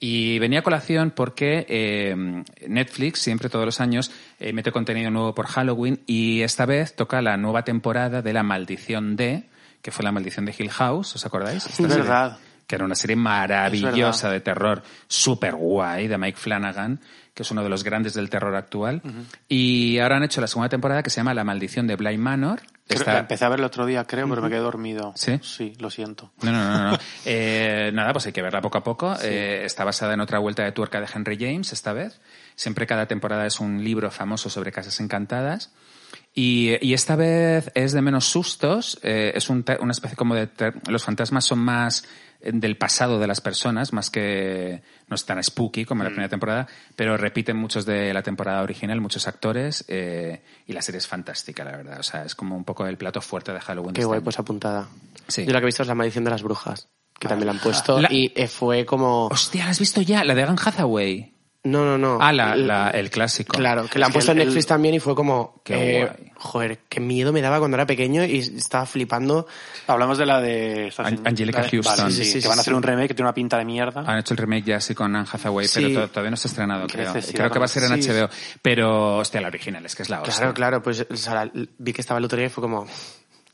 Y venía a colación porque eh, Netflix siempre, todos los años, eh, mete contenido nuevo por Halloween y esta vez toca la nueva temporada de La Maldición de, que fue La Maldición de Hill House, ¿os acordáis? Esta Es serie verdad. que era una serie maravillosa de terror, súper guay, de Mike Flanagan, que es uno de los grandes del terror actual. Y ahora han hecho la segunda temporada que se llama La maldición de Bly Manor. Creo- Está- la empecé a ver el otro día, creo, pero me quedé dormido. ¿Sí? Sí, lo siento. No, no, no, no. Eh, nada, pues hay que verla poco a poco. Eh, está basada en otra vuelta de tuerca de Henry James, esta vez. Siempre cada temporada es un libro famoso sobre casas encantadas. Y, y esta vez es de menos sustos. eh, es un te- una especie como de... ter- Los fantasmas son más eh, del pasado de las personas, más que no es tan spooky como en Mm. la primera temporada, pero repiten muchos de la temporada original, muchos actores, eh, y la serie es fantástica, la verdad. O sea, es como un poco el plato fuerte de Halloween. de Qué este guay, año. pues apuntada. Sí. Ah. Yo la que he visto es La Maldición de las Brujas, que también la han puesto. La- Y eh, fue como. Hostia, ¿la has visto ya? La de Anne Hathaway. No, no, no. Ah, la, la- el clásico. Oh. Claro, que la Es han que puesto en el- Netflix también y fue como. Qué eh, guay. Joder, qué miedo me daba cuando era pequeño y estaba flipando. Hablamos de la de... esta An- señora- Angelica la de- Houston. Vale, Sí, sí, sí, que sí, van a sí. hacer un remake que tiene una pinta de mierda. Han hecho el remake ya así con Anne Hathaway, Sí. pero to- todavía no se ha estrenado, creo. necesidad, Creo que va a ser en sí. HBO. Pero, hostia, la original es que es la hostia. Claro, claro, pues o sea, la- vi que estaba el otro día y fue como. o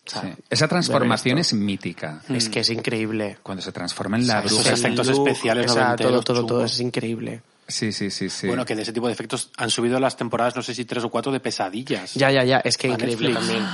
sea, Sí. Esa transformación es mítica. Es que es increíble. Cuando se transforma en la O sea, bruja. esos efectos look, especiales o sea, todo, noventeros, todo, todo chungos. es increíble. Sí, sí, sí, sí. Bueno, que de ese tipo de efectos han subido las temporadas, no sé si tres o cuatro, de pesadillas. Ya, ya, ya, es que A increíble Netflix. también.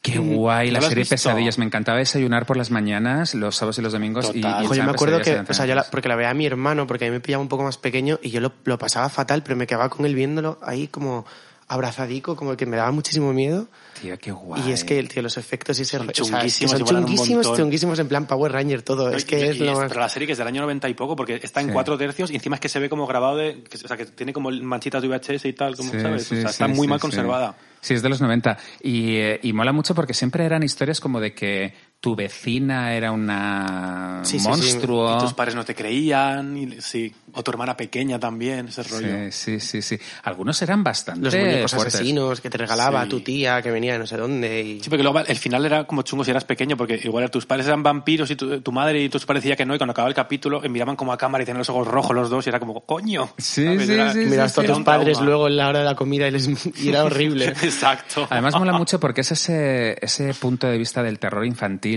Qué guay, ¿No la lo has serie visto? Pesadillas. Me encantaba desayunar por las mañanas, los sábados y los domingos. y- Total. Y, Ojo, Joder, yo echaban me acuerdo Pesadillas que, en o sea, yo la- Antena porque la veía a mi hermano, porque a mí me pillaba un poco más pequeño y yo lo, lo pasaba fatal, pero me quedaba con él viéndolo ahí como abrazadico, como que me daba muchísimo miedo. tres. Tío, qué guay. Y es que, tío, los efectos y ese Son o sea, es que chunguísimos y son molan un chunguísimos, montón. chunguísimos en plan Power Ranger todo. No, es y- que y- es y lo es- más. pero la serie que es del año 90 y poco, porque está en Sí. cuatro tercios y encima es que se ve como grabado de. que- O sea, que tiene como manchitas de VHS y tal, como Sí, sabes. sí, o sea, está sí, muy sí, mal sí. conservada. Sí, es de los 90. Y, eh, y mola mucho porque siempre eran historias como de que tu vecina era una Sí, sí, sí. monstruo. Y tus padres no te creían, y, sí. O tu hermana pequeña también, ese rollo. Sí, sí, sí, sí. Algunos eran bastante Los muñecos fuertes. asesinos que te regalaba Sí. tu tía, que venía de no sé dónde. Y... Sí, porque luego el final era como chungo si eras pequeño, porque igual tus padres eran vampiros y tu, tu madre y tú parecía que no, y cuando acababa el capítulo eh, miraban como a cámara y tenían los ojos rojos los dos y era como, coño. Sí, ¿sabes? sí, Era- sí, sí, era Mirabas sí, tú a sí. un tus padres trauma. luego en la hora de la comida y, les... y era horrible. Exacto. Además mola mucho porque es ese, ese punto de vista del terror infantil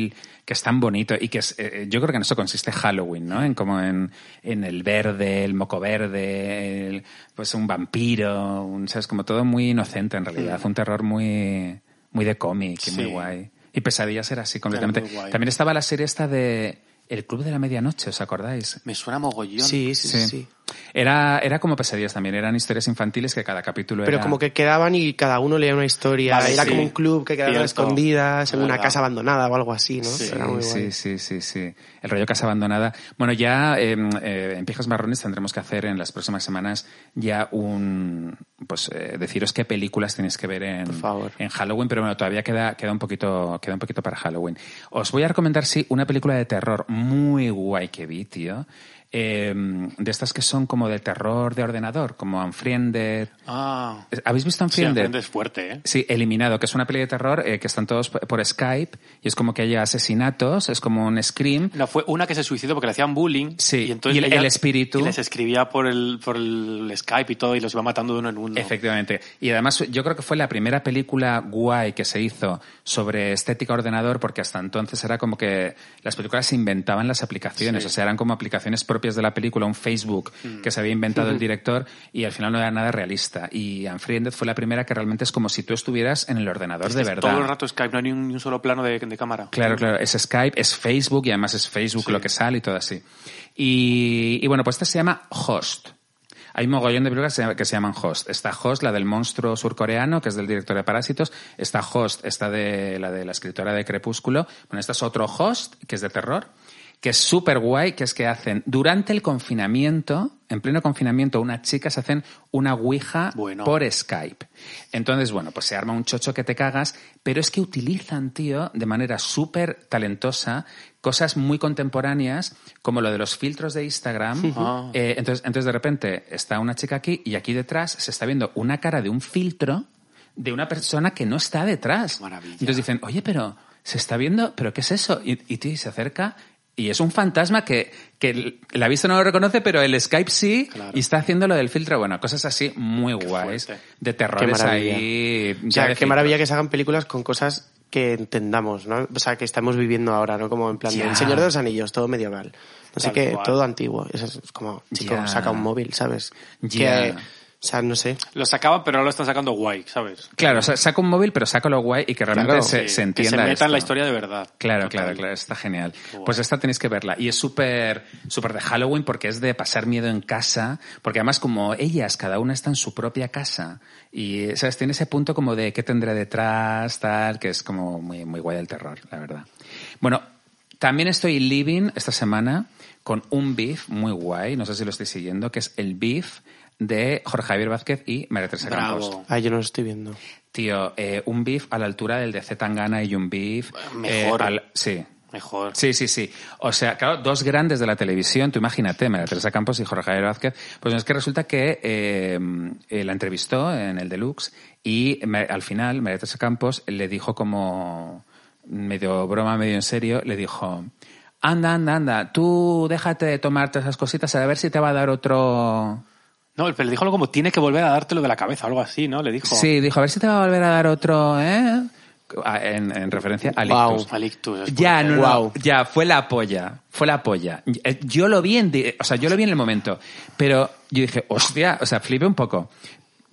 que es tan bonito y que es, eh, yo creo que en eso consiste Halloween, ¿no? En como en, en el verde, el moco verde, el- pues un vampiro, un, ¿sabes? Como todo muy inocente en realidad, un terror muy, muy de cómic y muy Sí. guay. Y Pesadillas era así completamente. muy guay. También estaba la serie esta de El Club de la Medianoche, ¿os acordáis? Me suena mogollón. Sí, sí, sí. sí. Era, era como pesadillas también, eran historias infantiles que cada capítulo Pero era... como que quedaban y cada uno leía una historia. Vale, era sí. como un club que quedaban Cierto. escondidas en una Verdad. casa abandonada o algo así, ¿no? Sí. Era muy sí, guay. sí, sí, sí. El rollo casa abandonada. Bueno, ya eh, eh, en Pijas Marrones tendremos que hacer en las próximas semanas ya un... Pues eh, deciros qué películas tenéis que ver en, favor. en Halloween, pero bueno, todavía queda, queda, un poquito, queda un poquito para Halloween. Os voy a recomendar, sí, una película de terror muy guay que vi, tío. Eh, de estas que son como de terror de ordenador, como Unfriended. Ah. ¿Habéis visto Sí, Unfriended? Unfriended es fuerte, ¿eh? Sí, Eliminado, que es una peli de terror eh, que están todos p- por Skype y es como que hay asesinatos, es como un scream. No, fue una que se suicidó porque le hacían bullying. Sí, Y, entonces y el- ella- el espíritu- y les escribía por el, por el Skype y todo y los iba matando de uno en uno. Efectivamente. Y además yo creo que fue la primera película guay que se hizo sobre estética ordenador porque hasta entonces era como que las películas se inventaban las aplicaciones, Sí. Mm. o sea, eran como aplicaciones propias de la película, un Facebook que se había inventado el director y al final no era nada realista. Y Unfriended fue la primera que realmente es como si tú estuvieras en el ordenador de Es verdad. Todo el rato Skype, no hay ni un, ni un solo plano de, de cámara. Claro, claro, es Skype, es Facebook y además es Facebook Sí. lo que sale y todo así. Y, y bueno, pues esta se llama Host. Hay mogollón de películas que se- que se llaman Host. Está Host, la del monstruo surcoreano, que es del director de Parásitos. Está Host, esta de la de la escritora de Crepúsculo. Bueno, esta es otro Host, que es de terror, que es súper guay, que es que hacen durante el confinamiento, en pleno confinamiento, unas chicas hacen una ouija Bueno. por Skype. Entonces, bueno, pues se arma un chocho que te cagas, pero es que utilizan, tío, de manera súper talentosa cosas muy contemporáneas como lo de los filtros de Instagram. Ah. Eh, entonces, entonces, de repente, está una chica aquí y aquí detrás se está viendo una cara de un filtro de una persona que no está detrás. Qué maravilla. Entonces dicen, oye, pero se está viendo, pero ¿qué es eso? Y, y, tío, y se acerca y es un fantasma que, que la vista no lo reconoce, pero el Skype sí Claro. y está haciendo lo del filtro. Bueno, cosas así muy guays fuerte. de Qué terrores maravilla. ahí. O ya sea, de qué filtros. maravilla que se hagan películas con cosas que entendamos, ¿no? O sea, que estamos viviendo ahora, ¿no? Como en plan de Ya. El Señor de los Anillos, todo medieval. No sé Tal qué, cual. todo antiguo. Eso es como, chico, Ya. saca un móvil, ¿sabes? Ya. Que, o sea, no sé. Lo sacaban, pero ahora lo están sacando guay, ¿sabes? Claro, sa- saca un móvil, pero saca lo guay y que realmente Claro. se, Sí, se entienda. Que se metan esto. en la historia de verdad. Claro, Total. claro, claro, está genial. Qué guay. Pues esta tenéis que verla. Y es súper, súper de Halloween porque es de pasar miedo en casa, porque además como ellas, cada una está en su propia casa. Y, ¿sabes? Tiene ese punto como de qué tendré detrás, tal, que es como muy, muy guay el terror, la verdad. Bueno, también estoy living esta semana con un beef muy guay, no sé si lo estoy siguiendo, que es el beef de Jorge Javier Vázquez y María Teresa Campos. Bravo. Ah, yo no lo estoy viendo. Tío, eh, un beef a la altura del de Z Tangana y un beef. eh, Mejor. sí. Mejor. Sí, sí, sí. O sea, claro, dos grandes de la televisión, tú imagínate, María Teresa Campos y Jorge Javier Vázquez. Pues es que resulta que eh, eh, la entrevistó en el Deluxe y me- al final María Teresa Campos le dijo como medio broma, medio en serio, le dijo, anda, anda, anda, tú déjate de tomarte esas cositas a ver si te va a dar otro... No, pero le dijo algo como, tiene que volver a dártelo de la cabeza, algo así, ¿no? Le dijo. Sí, dijo, a ver si te va a volver a dar otro, ¿eh? Ah, En, en referencia al Guau. ictus. Malictus, es Ya, fuerte. no, no, Guau. ya, fue la polla, fue la polla. Eh, Yo lo vi en, di- o sea, yo lo vi en el momento, pero yo dije, hostia, o sea, flipé un poco.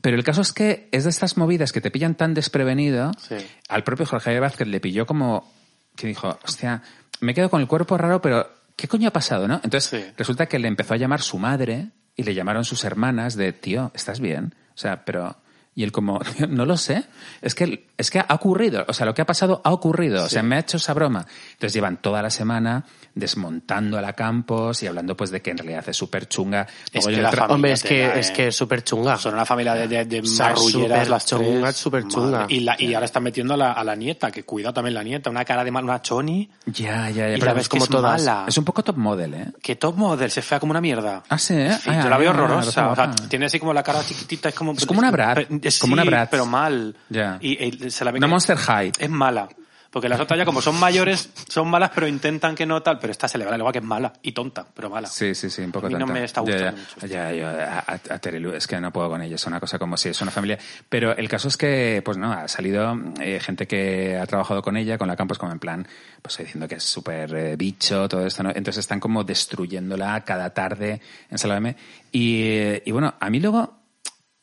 Pero el caso es que es de estas movidas que te pillan tan desprevenido. Sí. Al propio Jorge Vázquez le pilló como que dijo, hostia, me quedo con el cuerpo raro, pero ¿qué coño ha pasado, no? Entonces Sí. resulta que le empezó a llamar su madre y le llamaron sus hermanas de, tío, ¿estás bien? O sea, pero... Y él como, "Tío, no lo sé, es que, es que ha ocurrido, o sea, lo que ha pasado ha ocurrido, o sea, me ha hecho esa broma. Entonces llevan toda la semana desmontando a la Campos y hablando pues de que en realidad es súper chunga. Es Luego que el la otro- familia Hombre, es que, tela, es eh. que es súper Ah. chunga. Son una familia de, de, de O sea, marrulleras súper las tres. chunga, súper Madre. chunga. Y, la- y ahora están metiendo a la, a la nieta, que cuidado también la nieta. Una cara de mal, una choni. Ya, ya, ya. Y pero la ves es como que es todas. mala. Es un poco top model, ¿eh? Que top model, se fea como una mierda. Ah, sí, ¿eh? Sí, Ah, yo la veo ah, horrorosa. ah, o sea, ah. tiene así como la cara chiquitita, es como... Es como una brat, pero- es- como una sí, brat. pero mal. Ya. Y, y se la ve Una que- Monster High. Es mala. Porque las otras ya como son mayores, son malas, pero intentan que no tal. Pero esta se le va la lengua que es mala. Y tonta, pero mala. Sí, sí, sí, un poco A mí no tonta. me está Ya, gustando ya, mucho. Ya, yo, a, a- a Terry Lou, es que no puedo con ella, es una cosa como si es una familia. Pero el caso es que, pues no, ha salido eh, gente que ha trabajado con ella, con la Campos, como en plan, pues diciendo que es súper eh, bicho, todo esto, ¿no? Entonces están como destruyéndola cada tarde en Salame. Y, eh, y bueno, a mí luego,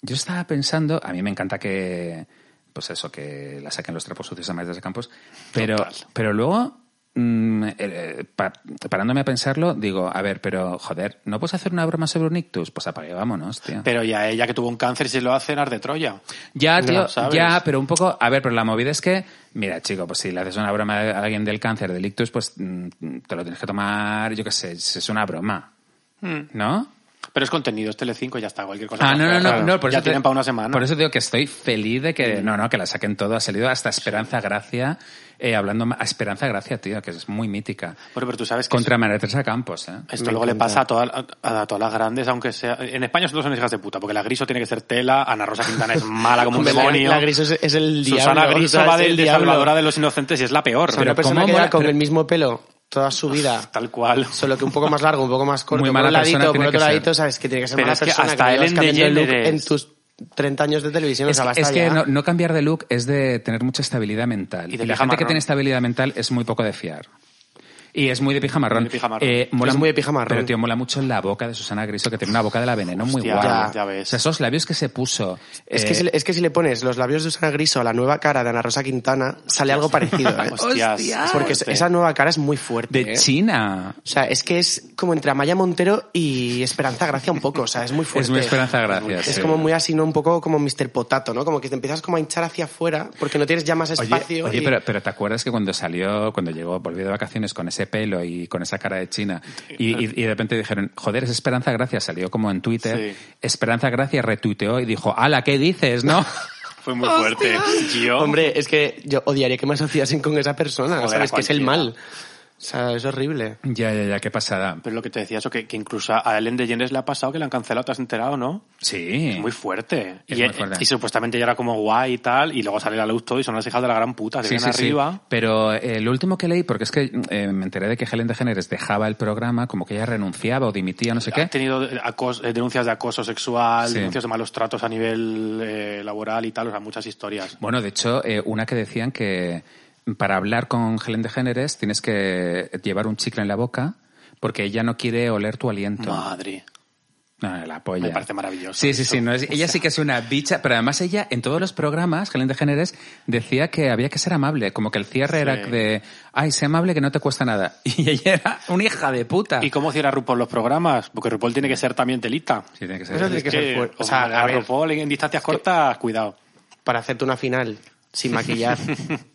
yo estaba pensando, a mí me encanta que, pues eso, que la saquen los trapos sucios a Maestras de Campos, pero, Total. pero luego, mm, eh, eh, pa- parándome a pensarlo, digo, a ver, pero joder, ¿no puedes hacer una broma sobre un ictus? Pues apague, vámonos, tío. Pero ya ella que tuvo un cáncer y se lo hace cenar de Troya. ya, ya tío, lo sabes. ya, pero un poco, a ver, pero la movida es que, mira, chico, pues si le haces una broma a alguien del cáncer, del ictus, pues mm, te lo tienes que tomar, yo qué sé, es una broma, Hmm. ¿no? Pero es contenido, es Telecinco y ya está, cualquier cosa. Ah, más no, no, fea, no, Pues claro. no por ya eso te- tienen para una semana. Hmm. Por eso digo que estoy feliz de que no, no, que la saquen todo. Ha salido hasta Esperanza Gracia, eh, hablando ma- a Esperanza Gracia, tío, que es muy mítica. Bueno, pero tú sabes que Contra María Teresa Campos, ¿eh? esto Me luego le encanta. pasa a, toda- a- a todas las grandes, aunque sea... En España son dos son hijas de puta, porque la Griso tiene que ser tela, Ana Rosa Quintana es mala como un Hombre, la- demonio. La, Griso es, es el diablo. Susana Griso o sea, va es de, el de diablo. salvadora de los inocentes y es la peor. O sea, Pero una persona ¿cómo que mola? lleva con Pero- el mismo pelo toda su vida, tal cual. solo que un poco más largo, un poco más corto, Muy por mala un ladito, persona por tiene otro que ser. ladito, sabes que tiene que ser Pero mala es que persona, hasta que Ellen llevas cambiando el look en DeGeneres. tus 30 años de televisión, o Es, sea, basta es que ya. no, no cambiar de look es de tener mucha estabilidad mental. Y Y, de la pija gente que marrón. tiene estabilidad mental es muy poco de fiar. Y es muy de pija marrón. Muy de pija marrón. Es muy de pija marrón. Pero, tío, mola mucho la boca de Susana Griso, que tiene una boca de la veneno muy Hostia, guapa. ya, ya ves. O sea, esos labios que se puso. Es, eh, que si, le- es que si le pones los labios de Susana Griso a la nueva cara de Ana Rosa Quintana, sale algo parecido. ¿eh? Hostias. Hostias. Porque es- fuerte. esa nueva cara es muy fuerte. De ¿eh? China. O sea, es que es como entre Amaya Montero y Esperanza Gracia un poco, o sea, es muy fuerte. Es muy Esperanza Gracia. Es sí. como muy así, ¿no? Un poco como Mr. Potato, ¿no? Como que te empiezas como a hinchar hacia afuera porque no tienes ya más Oye, espacio. oye, y- pero, pero ¿te acuerdas que cuando salió, cuando llegó, volvió de vacaciones con ese pelo y con esa cara de China y, y- y de repente dijeron, joder, es Esperanza Gracia, salió como en Twitter, Sí. Esperanza Gracia retuiteó y dijo, ala, ¿qué dices, no? Fue muy fuerte. Yo, Hombre, es que yo odiaría que me asociasen con esa persona, Joder, ¿sabes? a Que es el cualquiera. mal. O sea, es horrible. ya, ya, ya, qué pasada. pero lo que te decía, eso que, que incluso a Ellen DeGeneres le ha pasado que la han cancelado, ¿te has enterado, no? Sí. Muy fuerte. Es y, e, muy fuerte. y supuestamente ya era como guay y tal, y luego sale a la luz todo y son las hijas de la gran puta, se Sí, vienen sí, sí. arriba. Pero eh, lo último que leí, porque es que eh, me enteré de que Helen DeGeneres dejaba el programa, como que ella renunciaba o dimitía, no sé Han qué. tenido eh, acos- eh, denuncias de acoso sexual, Sí. denuncias de malos tratos a nivel eh, laboral y tal, o sea, muchas historias. Bueno, de hecho, eh, una que decían que para hablar con Helen DeGeneres tienes que llevar un chicle en la boca porque ella no quiere oler tu aliento. Madre. No, la polla. Ah. Me parece maravilloso Mm. Sí, sí, eso. sí. no es- O ella sea. sí que es una bicha, pero además ella en todos los programas, Helen DeGeneres, decía que había que ser amable, como que el cierre Sí. era de, ay, sé amable que no te cuesta nada. Y ella era una hija de puta. ¿Y cómo cierra RuPaul los programas? Porque RuPaul tiene que ser también telita. Sí, tiene que ser. Eso tiene Es que ser fuerte. O o sea, sea, a a ver, RuPaul en distancias cortas, cuidado. para hacerte una final sin maquillar.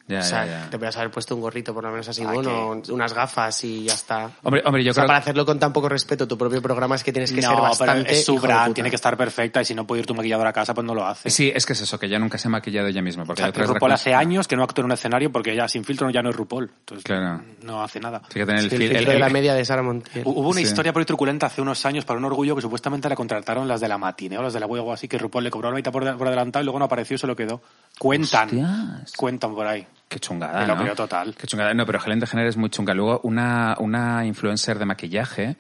Ya, o sea, ya, ya. te podrías haber puesto un gorrito por lo menos así, Ah, bueno, unas gafas y ya está. Hombre, hombre, yo o sea, creo para hacerlo con tan poco respeto tu propio programa es que tienes que no, ser bastante pero es su hijo de brand, puta. tiene que estar perfecta y si no puede ir tu maquilladora a casa, pues no lo hace. Sí, es que es eso, que ya nunca se ha maquillado ella misma. O Porque sea, hay otras RuPaul dracones- hace años que no actúa en un escenario porque ella sin filtro ya no es RuPaul. Entonces, Claro. no hace nada. Sí que tiene el Sí, el fil- el- filtro de la el- media de Sara Montiel. Hu- Hubo una Sí. historia por ahí truculenta hace unos años para un orgullo que supuestamente la contrataron las de la matine o las de la web o así, que RuPaul le cobró la mitad por, de- por adelantado y luego no apareció y se lo quedó. Cuentan. Hostias. Cuentan por ahí. Qué chungada, Me lo ¿no? creo total. Qué chungada. No, pero Helen DeGeneres es muy chunga. Luego, una, una influencer de maquillaje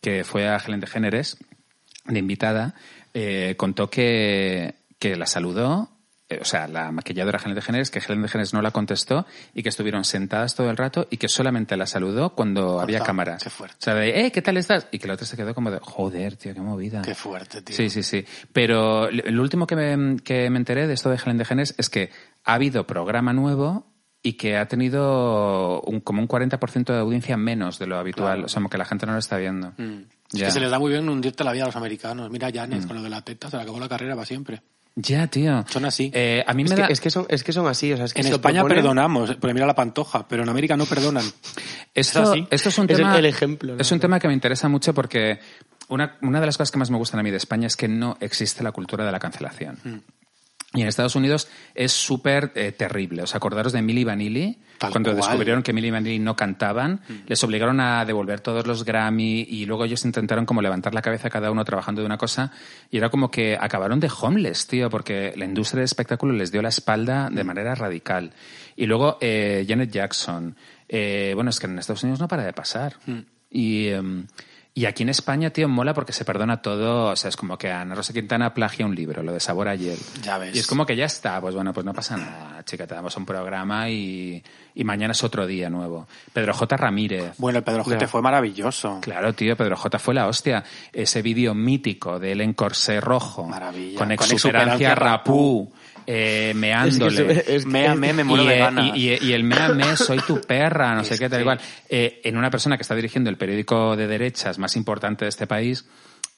que fue a Helen DeGeneres, de invitada, eh, contó que, que la saludó eh, o sea, la maquilladora Helen DeGeneres, que Helen DeGeneres no la contestó y que estuvieron sentadas todo el rato y que solamente la saludó cuando había cámara. qué fuerte. O sea, de, eh, ¿qué tal estás? Y que la otra se quedó como de, joder, tío, qué movida. Qué fuerte, tío. Sí, sí, sí. Pero l- lo último que me, que me enteré de esto de Helen DeGeneres es que ha habido programa nuevo y que ha tenido un- como un 40% de audiencia menos de lo habitual. Claro. O sea, como que la gente no lo está viendo. Mm. Es Ya. Mm. que se les da muy bien hundirte la vida a los americanos. Mira a Janet con lo de la teta, se le acabó la carrera para siempre. Ya, tío. Son así. Eh, a mí Es me que, da... es, que son, es que son así, o sea, es que En se lo España proponen- perdonamos, eh, porque mira la pantoja, pero en América no perdonan. Esto, Es así. esto es un Es tema. el ejemplo, ¿no? Es un tema que me interesa mucho porque una, una de las cosas que más me gustan a mí de España es que no existe la cultura de la cancelación. Mm. Y en Estados Unidos es súper eh, terrible. ¿Os acordaros de Milli Vanilli? Tal Cuando cual. descubrieron que Milli Vanilli no cantaban, les obligaron a devolver todos los Grammy y luego ellos intentaron como levantar la cabeza cada uno trabajando de una cosa y era como que acabaron de homeless, tío, porque la industria del espectáculo les dio la espalda de manera radical. Y luego eh, Janet Jackson. Eh, bueno, es que en Estados Unidos no para de pasar. Y... em, y aquí en España, tío, mola porque se perdona todo. O sea, es como que Ana Rosa Quintana plagia un libro, lo de Sabor ayer. Ya ves. Y es como que ya está, pues bueno, pues no pasa nada, chica, te damos un programa y, y mañana es otro día nuevo. Pedro J. Ramírez. Bueno, el Pedro Gente Ya. fue maravilloso. Claro, tío, Pedro J. fue la hostia. Ese vídeo mítico de él en corsé rojo. Maravilla. Con Con exuberancia exuberancia rapú, eh, Es que meándole. se- es que- Mea, me, me muero y, de eh, ganas. y- y- y el mea me, soy tu perra, no sé qué, tal igual. Eh, en una persona que está dirigiendo el periódico de derechas más importante de este país,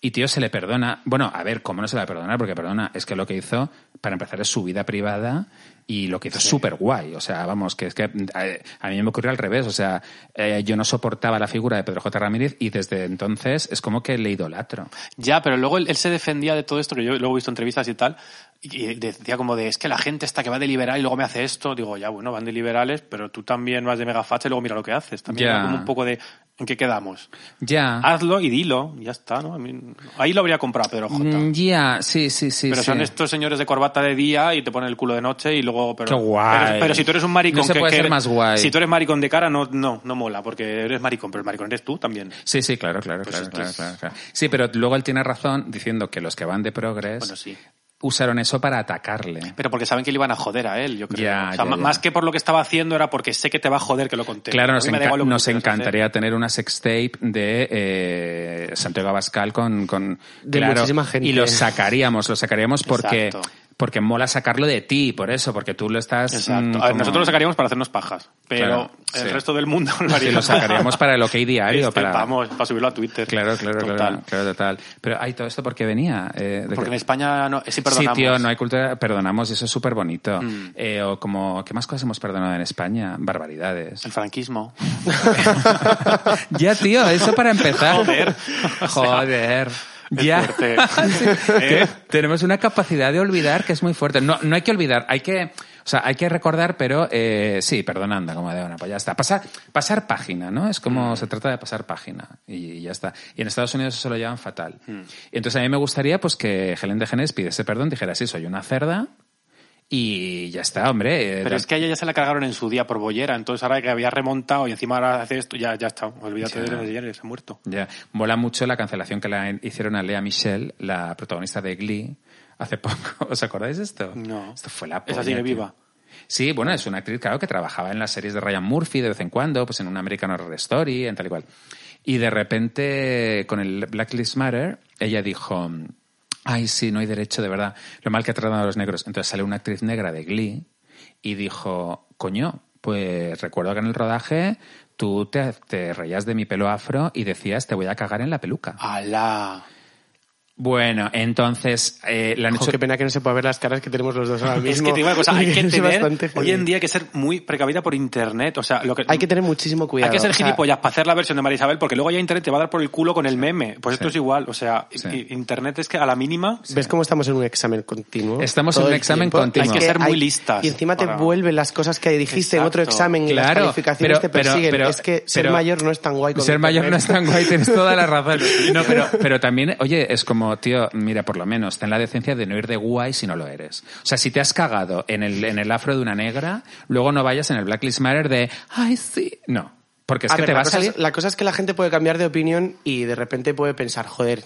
y tío, se le perdona. Bueno, a ver, ¿cómo no se le va a perdonar? Porque perdona, es que lo que hizo, para empezar, es su vida privada y lo que hizo es súper guay. O sea, vamos, que es que eh, a mí me ocurrió al revés. O sea, eh, yo no soportaba la figura de Pedro J. Ramírez y desde entonces es como que le idolatro. Ya, pero luego él, él se defendía de todo esto, que yo luego he visto entrevistas y tal, y decía como de, es que la gente está que va de liberal y luego me hace esto. Digo, ya, bueno, van de liberales, pero tú también vas de megafacha y luego mira lo que haces. También Ya. era como un poco de, ¿en qué quedamos? Ya. Hazlo y dilo, y ya está, ¿no? A mí- ahí lo habría comprado Pedro J. Mm, Ya, sí, sí, sí. Pero son sí. estos señores de corbata de día y te ponen el culo de noche y luego... Pero, Qué guay. Pero, pero si tú eres un maricón... No se que- puede que ser eres- más guay. Si tú eres maricón de cara, no, no, no mola, porque eres maricón, pero el maricón eres tú también. Sí, sí, claro, claro, Pues claro, esto claro, es- claro, claro. Sí, pero luego él tiene razón diciendo que los que van de progres Bueno, sí. usaron eso para atacarle. Pero porque saben que le iban a joder a él, yo creo. Ya, O sea, ya, ma- ya. Más que por lo que estaba haciendo era porque sé que te va a joder que lo conté. Claro, A mí nos, me da enca- igual lo que nos tú quieras encantaría tener una sextape de eh, Santiago Abascal con... con De muchísima gente. Y lo sacaríamos, lo sacaríamos porque, Exacto. porque mola sacarlo de ti, por eso, porque tú lo estás... hacer. Exacto. mm, A ver, como- nosotros lo sacaríamos para hacernos pajas, pero Claro, el sí. resto del mundo lo Sí, haría. lo sacaríamos para el OK diario, Este, para... Vamos, para subirlo a Twitter. Claro, claro, Total. claro, claro, total. Pero hay todo esto porque venía... Eh, de Porque que- en España no, eh, sí perdonamos. Mm. Sí, tío, no hay cultura, perdonamos, y eso es súper bonito. Eh, o como, ¿qué más cosas hemos perdonado en España? Barbaridades. El franquismo. ya, tío, eso para empezar. Joder. Joder. es Ya. fuerte. Sí. ¿Eh? Tenemos una capacidad de olvidar que es muy fuerte. No, no hay que olvidar, hay que, o sea, hay que recordar, pero eh, sí, perdonando, como de una, pues ya está. Pasar, pasar página, ¿no? Es Mm. como se trata de pasar página y ya está. Y en Estados Unidos eso lo llevan fatal. Mm. Y entonces a mí me gustaría pues que Helen DeGeneres pidiese perdón, dijera, sí, soy una cerda y ya está, hombre. eh, Pero es que a ella ya se la cargaron en su día por bollera, entonces ahora que había remontado y encima ahora hace esto, ya, ya está, olvídate Ya. de los Jenner, se ha muerto. Ya, mola mucho la cancelación que la hicieron a Lea Michelle, la protagonista de Glee, hace poco. ¿Os acordáis de esto? No. Esto fue la Esa polla, sigue tío. viva. Sí, bueno, es una actriz, claro, que trabajaba en las series de Ryan Murphy de vez en cuando, pues en una American Horror Story, en tal y cual. Y de repente, con el Black Lives Matter, ella dijo, ay, sí, no hay derecho, de verdad, lo mal que ha tratado a los negros. Entonces sale una actriz negra de Glee y dijo, coño, pues recuerdo que en el rodaje tú te, te reías de mi pelo afro y decías, te voy a cagar en la peluca. Ah. ¡Alá! Bueno, entonces eh, la han Jo, hecho... qué pena que no se pueda ver las caras que tenemos los dos ahora mismo. Es que te digo una cosa, hay que Es tener, bastante hoy en heavy. día hay que ser muy precavida por internet, o sea, lo que... Hay que tener muchísimo cuidado. Hay que ser o sea, gilipollas para hacer la versión de María Isabel, porque luego ya Internet te va a dar por el culo con el meme. Pues esto Sí. es igual, o sea, Sí. i- Internet es que a la mínima... ¿Ves cómo estamos en un examen continuo? Estamos en Todo un el examen tiempo. continuo. Es Hay que ser muy hay- listas Y encima para- te vuelven las cosas que dijiste en otro Exacto. examen y Claro, las calificaciones pero- te pero- persiguen. pero- es que ser pero- mayor no es tan guay. como Ser mayor no es internet. tan guay, tienes toda la razón. No, pero, pero también, oye, es como, tío, mira, por lo menos, ten la decencia de no ir de guay si no lo eres. O sea, si te has cagado en el, en el afro de una negra, luego no vayas en el Black Lives Matter de, ay, sí. No, porque es A que ver, te la vas a cosa es- salir... La cosa es que la gente puede cambiar de opinión y de repente puede pensar, joder,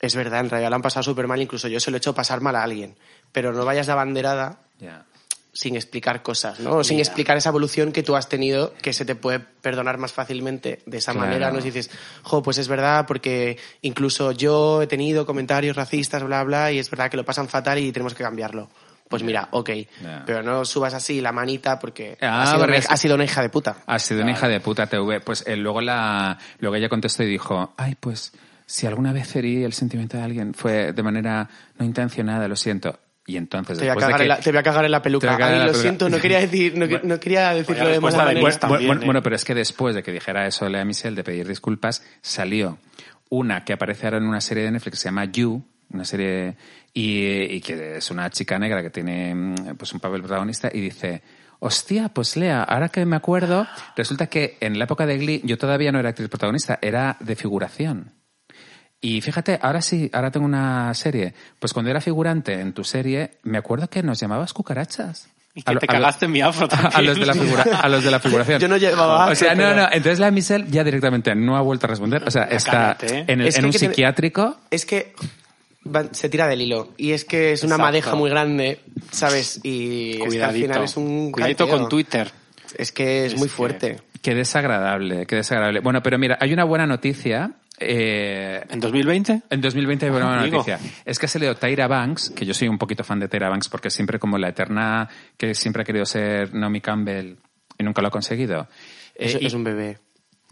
es verdad, en realidad lo han pasado súper mal, incluso yo se lo he hecho pasar mal a alguien. Pero no vayas de abanderada Ya. sin explicar cosas, ¿no? Sin explicar esa evolución que tú has tenido, que se te puede perdonar más fácilmente de esa Claro. manera, ¿no? Si dices, jo, pues es verdad, porque incluso yo he tenido comentarios racistas, bla, bla, y es verdad que lo pasan fatal y tenemos que cambiarlo. Pues mira, ok, Ya. pero no subas así la manita porque Ah, has, sido porque una, es- Ah, has sido una hija de puta. Ha sido una hija de puta TV. Pues eh, luego la luego ella contestó y dijo, ay, pues si alguna vez herí el sentimiento de alguien fue de manera no intencionada, lo siento. Y entonces Te voy, a después de cagar en que- la, te voy a cagar en la Te voy peluca. a cagar en Ay, la lo peluca. siento, no quería, decir, no, no quería decirlo de respuesta mala de Bueno, Cuesta. manera. pues también, bueno, ¿eh? bueno, pero es que después de que dijera eso Lea Michelle de pedir disculpas, salió una que aparece ahora en una serie de Netflix que se llama You, una serie y, y que es una chica negra que tiene mm, pues un papel protagonista y dice Hostia, pues Lea, ahora que me acuerdo, resulta que en la época de Glee yo todavía no era actriz protagonista, era de figuración. Y fíjate, ahora sí, ahora tengo una serie. Pues cuando era figurante en tu serie, me acuerdo que nos llamabas cucarachas. Y A que lo- te a lo- cagaste en mi afro a, también. a los de la figura, a los de la figuración. Yo no llevaba O sea, afro, no, pero- no. Entonces la Michelle ya directamente no ha vuelto a responder. O sea, está cállate, ¿eh? en, el- Es que en un hay que tener- psiquiátrico. Es que va- se tira del hilo. Y es que es una Exacto. madeja muy grande, ¿sabes? Y es que al Cuidadito. final es un. Cuidadito canteo. con Twitter. Es que es, Es muy que- fuerte. Qué desagradable, qué desagradable. Bueno, pero mira, hay una buena noticia. Eh, ¿En 2020? En 2020 hay una buena Amigo. noticia. Es que ha salido Tyra Banks, que yo soy un poquito fan de Tyra Banks porque siempre como la eterna que siempre ha querido ser Naomi Campbell y nunca lo ha conseguido. Eh, es, y- es un bebé.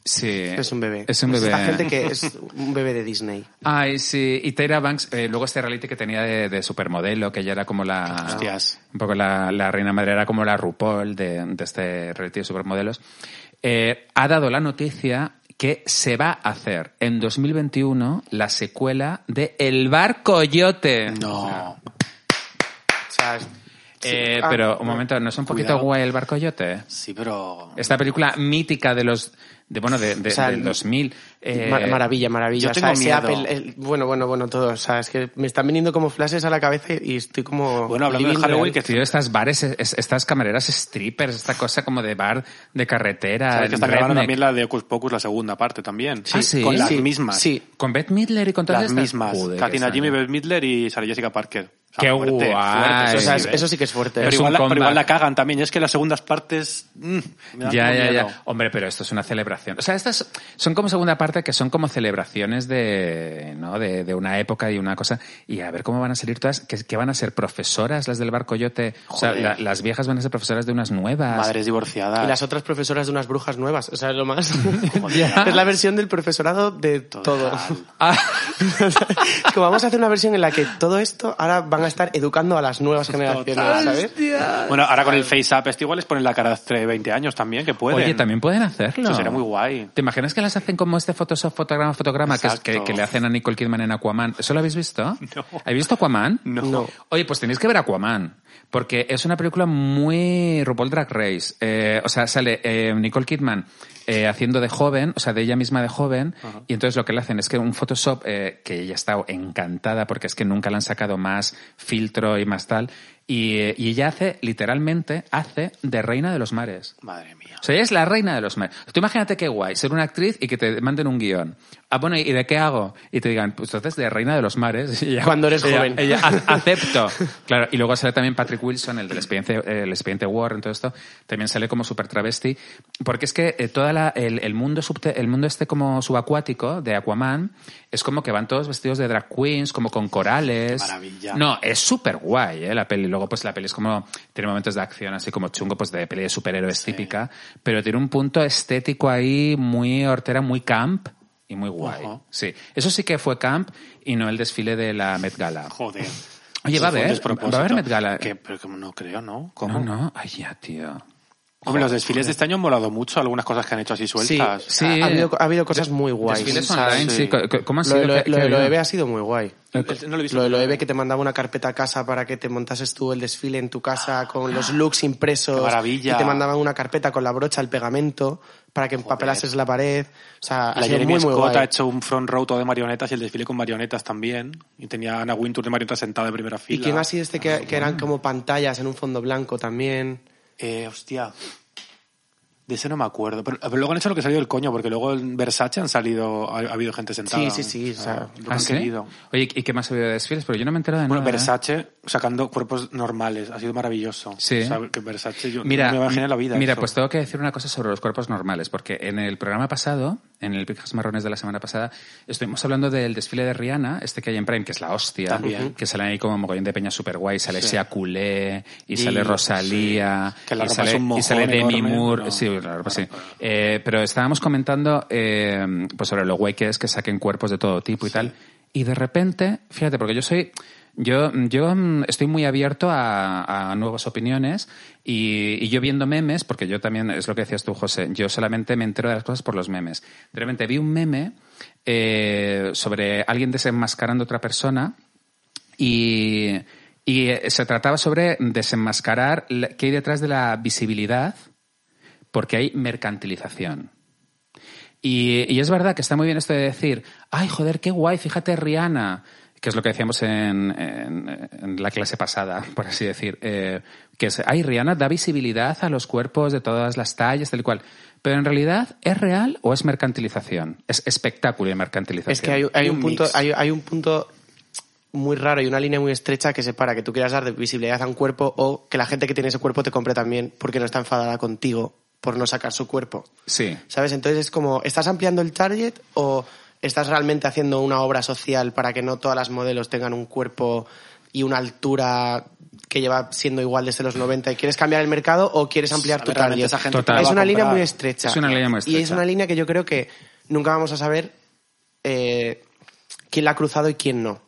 sí, Es un bebé. Pues Es un bebé. Esta gente que es un bebé de Disney. Ay, sí. Ah, Y Tyra Banks, eh, luego este reality que tenía de, de supermodelo, que ella era como la... Hostias. Un poco la, la reina madre, era como la RuPaul de, de este reality de supermodelos. eh, ha dado la noticia que se va a hacer en 2021 la secuela de El Eh, Bar Coyote. No. O sea, es- Eh, sí. Ah, pero un momento, ¿no es un poquito Cuidado. guay El Bar Coyote? Sí, pero... Esta película mítica de los... De, bueno, de, de- O sea, del 2000. eh, Ma- maravilla, maravilla. yo O sea, tengo ese miedo. Apple, el- bueno, bueno, bueno, todo. O sea, es que me están viniendo como flashes a la cabeza y estoy como. Bueno, hablando de living Halloween, real. que, Tío, estas bares, es- estas camareras strippers, esta cosa como de bar de carretera. ¿sabes que está grabando redneck. también la de Ocus Pocus, la segunda parte también. Sí. Ah, sí. Con las Sí, mismas. Sí, Con Beth Midler y con todas Las estas? mismas. Joder, Katina qué Jimmy, extraño. Beth Midler y Sarah Jessica Parker. O sea, Qué fuerte, fuerte, guay. eso o sea, sí, eso sí que es fuerte. Pero, Es un igual la, pero igual comeback. la cagan también. Y es que las segundas partes... mm, me Ya, dan como ya, miedo. ya. Hombre, pero esto es una celebración. O sea, estas son como segunda parte que son como celebraciones de, ¿no? de, de una época y una cosa. Y a ver cómo van a salir todas, que, que van a ser profesoras las del bar Coyote. O sea, Joder. la- las viejas van a ser profesoras de unas nuevas. Madres divorciadas. Y las otras profesoras de unas brujas nuevas. O sea, es lo más. Ya. Es la versión del profesorado de todo. Ah, Como vamos a hacer una versión en la que todo esto ahora van a estar educando a las nuevas generaciones, Total. ¿sabes? Bueno, ahora con el face up, este igual les ponen la cara de 20 años también, que pueden. oye, también pueden hacerlo. Eso sería muy guay. ¿Te imaginas que las hacen como este Photoshop, fotograma, fotograma que, es- Exacto. que, que le hacen a Nicole Kidman en Aquaman? ¿Eso lo habéis visto? No. ¿Habéis visto Aquaman? No. Oye, pues tenéis que ver Aquaman. Porque es una película muy RuPaul Drag Race. Eh, o sea, sale eh, Nicole Kidman eh, haciendo de joven, o sea, de ella misma de joven. Y entonces lo que le hacen es que un Photoshop, eh, que ella está encantada porque es que nunca le han sacado más filtro y más tal. Y, eh, y ella hace, literalmente, hace de reina de los mares. Madre mía. O sea, ella es la reina de los mares. Tú imagínate qué guay ser una actriz y que te manden un guión. Ah, bueno, ¿y de qué hago? Y te digan, pues entonces de reina de los mares. Y ella- Cuando eres ella- joven. ella, "A- acepto. Claro, y luego sale también Patrick Wilson, el del expediente, el expediente Warren, todo esto. También sale como super travesti. Porque es que eh, toda la, el, el mundo subte- el mundo este como subacuático de Aquaman es como que van todos vestidos de drag queens, como con corales. Qué maravilla. No, es súper guay, ¿eh? La peli. Luego, pues la peli es como, tiene momentos de acción así como chungo, pues de peli de superhéroes típica, pero tiene un punto estético ahí muy hortera, muy camp y muy guay. Ojo. Sí. Eso sí que fue camp y no el desfile de la Met Gala. Joder. Oye, Eso va a fue un haber- despropósito. va a haber Met Gala. Que, pero que no creo, ¿no? ¿Cómo? No, no, ay ya, tío. Hombre, los desfiles de este año han molado mucho. Algunas cosas que han hecho así Sí, sueltas. Sí. Ha, ha habido, ha habido cosas muy guays. Desfiles O sea, online, sí. sí. co- co- ¿Cómo ha Lo sido? de lo, que- lo que de ha lo habido? EB ha sido muy guay. El- No lo he visto. Lo de lo EB que te mandaba una carpeta a casa para que te montases tú el desfile en tu casa con los looks impresos. Qué maravilla. Y te mandaban una carpeta con la brocha, el pegamento, para que empapelases la pared. O sea, ha La sido Jeremy muy, muy Scott guay. ha hecho un front row todo de marionetas y el desfile con marionetas también. Y tenía a Anna Wintour de marionetas sentada en primera ¿Y fila. quién ha sido este que, que eran como pantallas en un fondo blanco también? Eh, hostia. De ese no me acuerdo. Pero, pero luego han hecho lo que salió el coño, porque luego en Versace han salido, ha, ha habido gente sentada. Sí, sí, sí, o sea, lo ¿Ah, han sí? querido. Oye, ¿y qué más ha habido de desfiles? Pero yo no me he enterado de Bueno, nada. ¿eh? Versace sacando cuerpos normales, ha sido maravilloso. Sí. O sea, que Versace, yo Mira, no me imaginé en la vida. mira eso. pues tengo que decir una cosa sobre los cuerpos normales, porque en el programa pasado, en el Pijas Marrones de la semana pasada, estuvimos hablando del desfile de Rihanna, este que hay en Prime, que es la hostia, También. que salen ahí como mogollón de peña super guay, sale Sí. Sea Culé, y, Y- sale Rosalía, Que la y, ropa sale, es un y sale mojón Demi enorme, Moore, no. sí, la ropa sí. Eh, pero estábamos comentando eh, pues sobre lo guay que es que saquen cuerpos de todo tipo y tal, y de repente, fíjate, porque yo soy... Yo, yo mm, estoy muy abierto a, a nuevas opiniones y, y yo viendo memes, porque yo también, es lo que decías tú, José, yo solamente me entero de las cosas por los memes. De repente vi un meme eh, sobre alguien desenmascarando a otra persona y, y, eh, se trataba sobre desenmascarar la- qué hay detrás de la visibilidad porque hay mercantilización. Y, y es verdad que está muy bien esto de decir, ay, joder, qué guay, fíjate Rihanna, que es lo que decíamos en, en- en la clase pasada, por así decir, eh, que es, ay, Rihanna da visibilidad a los cuerpos de todas las tallas, tal y cual. Pero en realidad, ¿es real o es mercantilización? Es espectáculo y mercantilización. Es que hay, hay Hay un un punto, mix. hay, hay un punto muy raro y una línea muy estrecha que separa que tú quieras dar de visibilidad a un cuerpo o que la gente que tiene ese cuerpo te compre también porque no está enfadada contigo por no sacar su cuerpo. Sí. ¿Sabes? Entonces es como, ¿estás ampliando el target o estás realmente haciendo una obra social para que no todas las modelos tengan un cuerpo y una altura que lleva siendo igual desde los 90 y quieres cambiar el mercado o quieres ampliar Pues, A tu ver, realmente target? esa gente Total. Es va a una línea comprar. muy estrecha. Es una línea muy Y es estrecha. una línea que yo creo que nunca vamos a saber eh, quién la ha cruzado y quién no.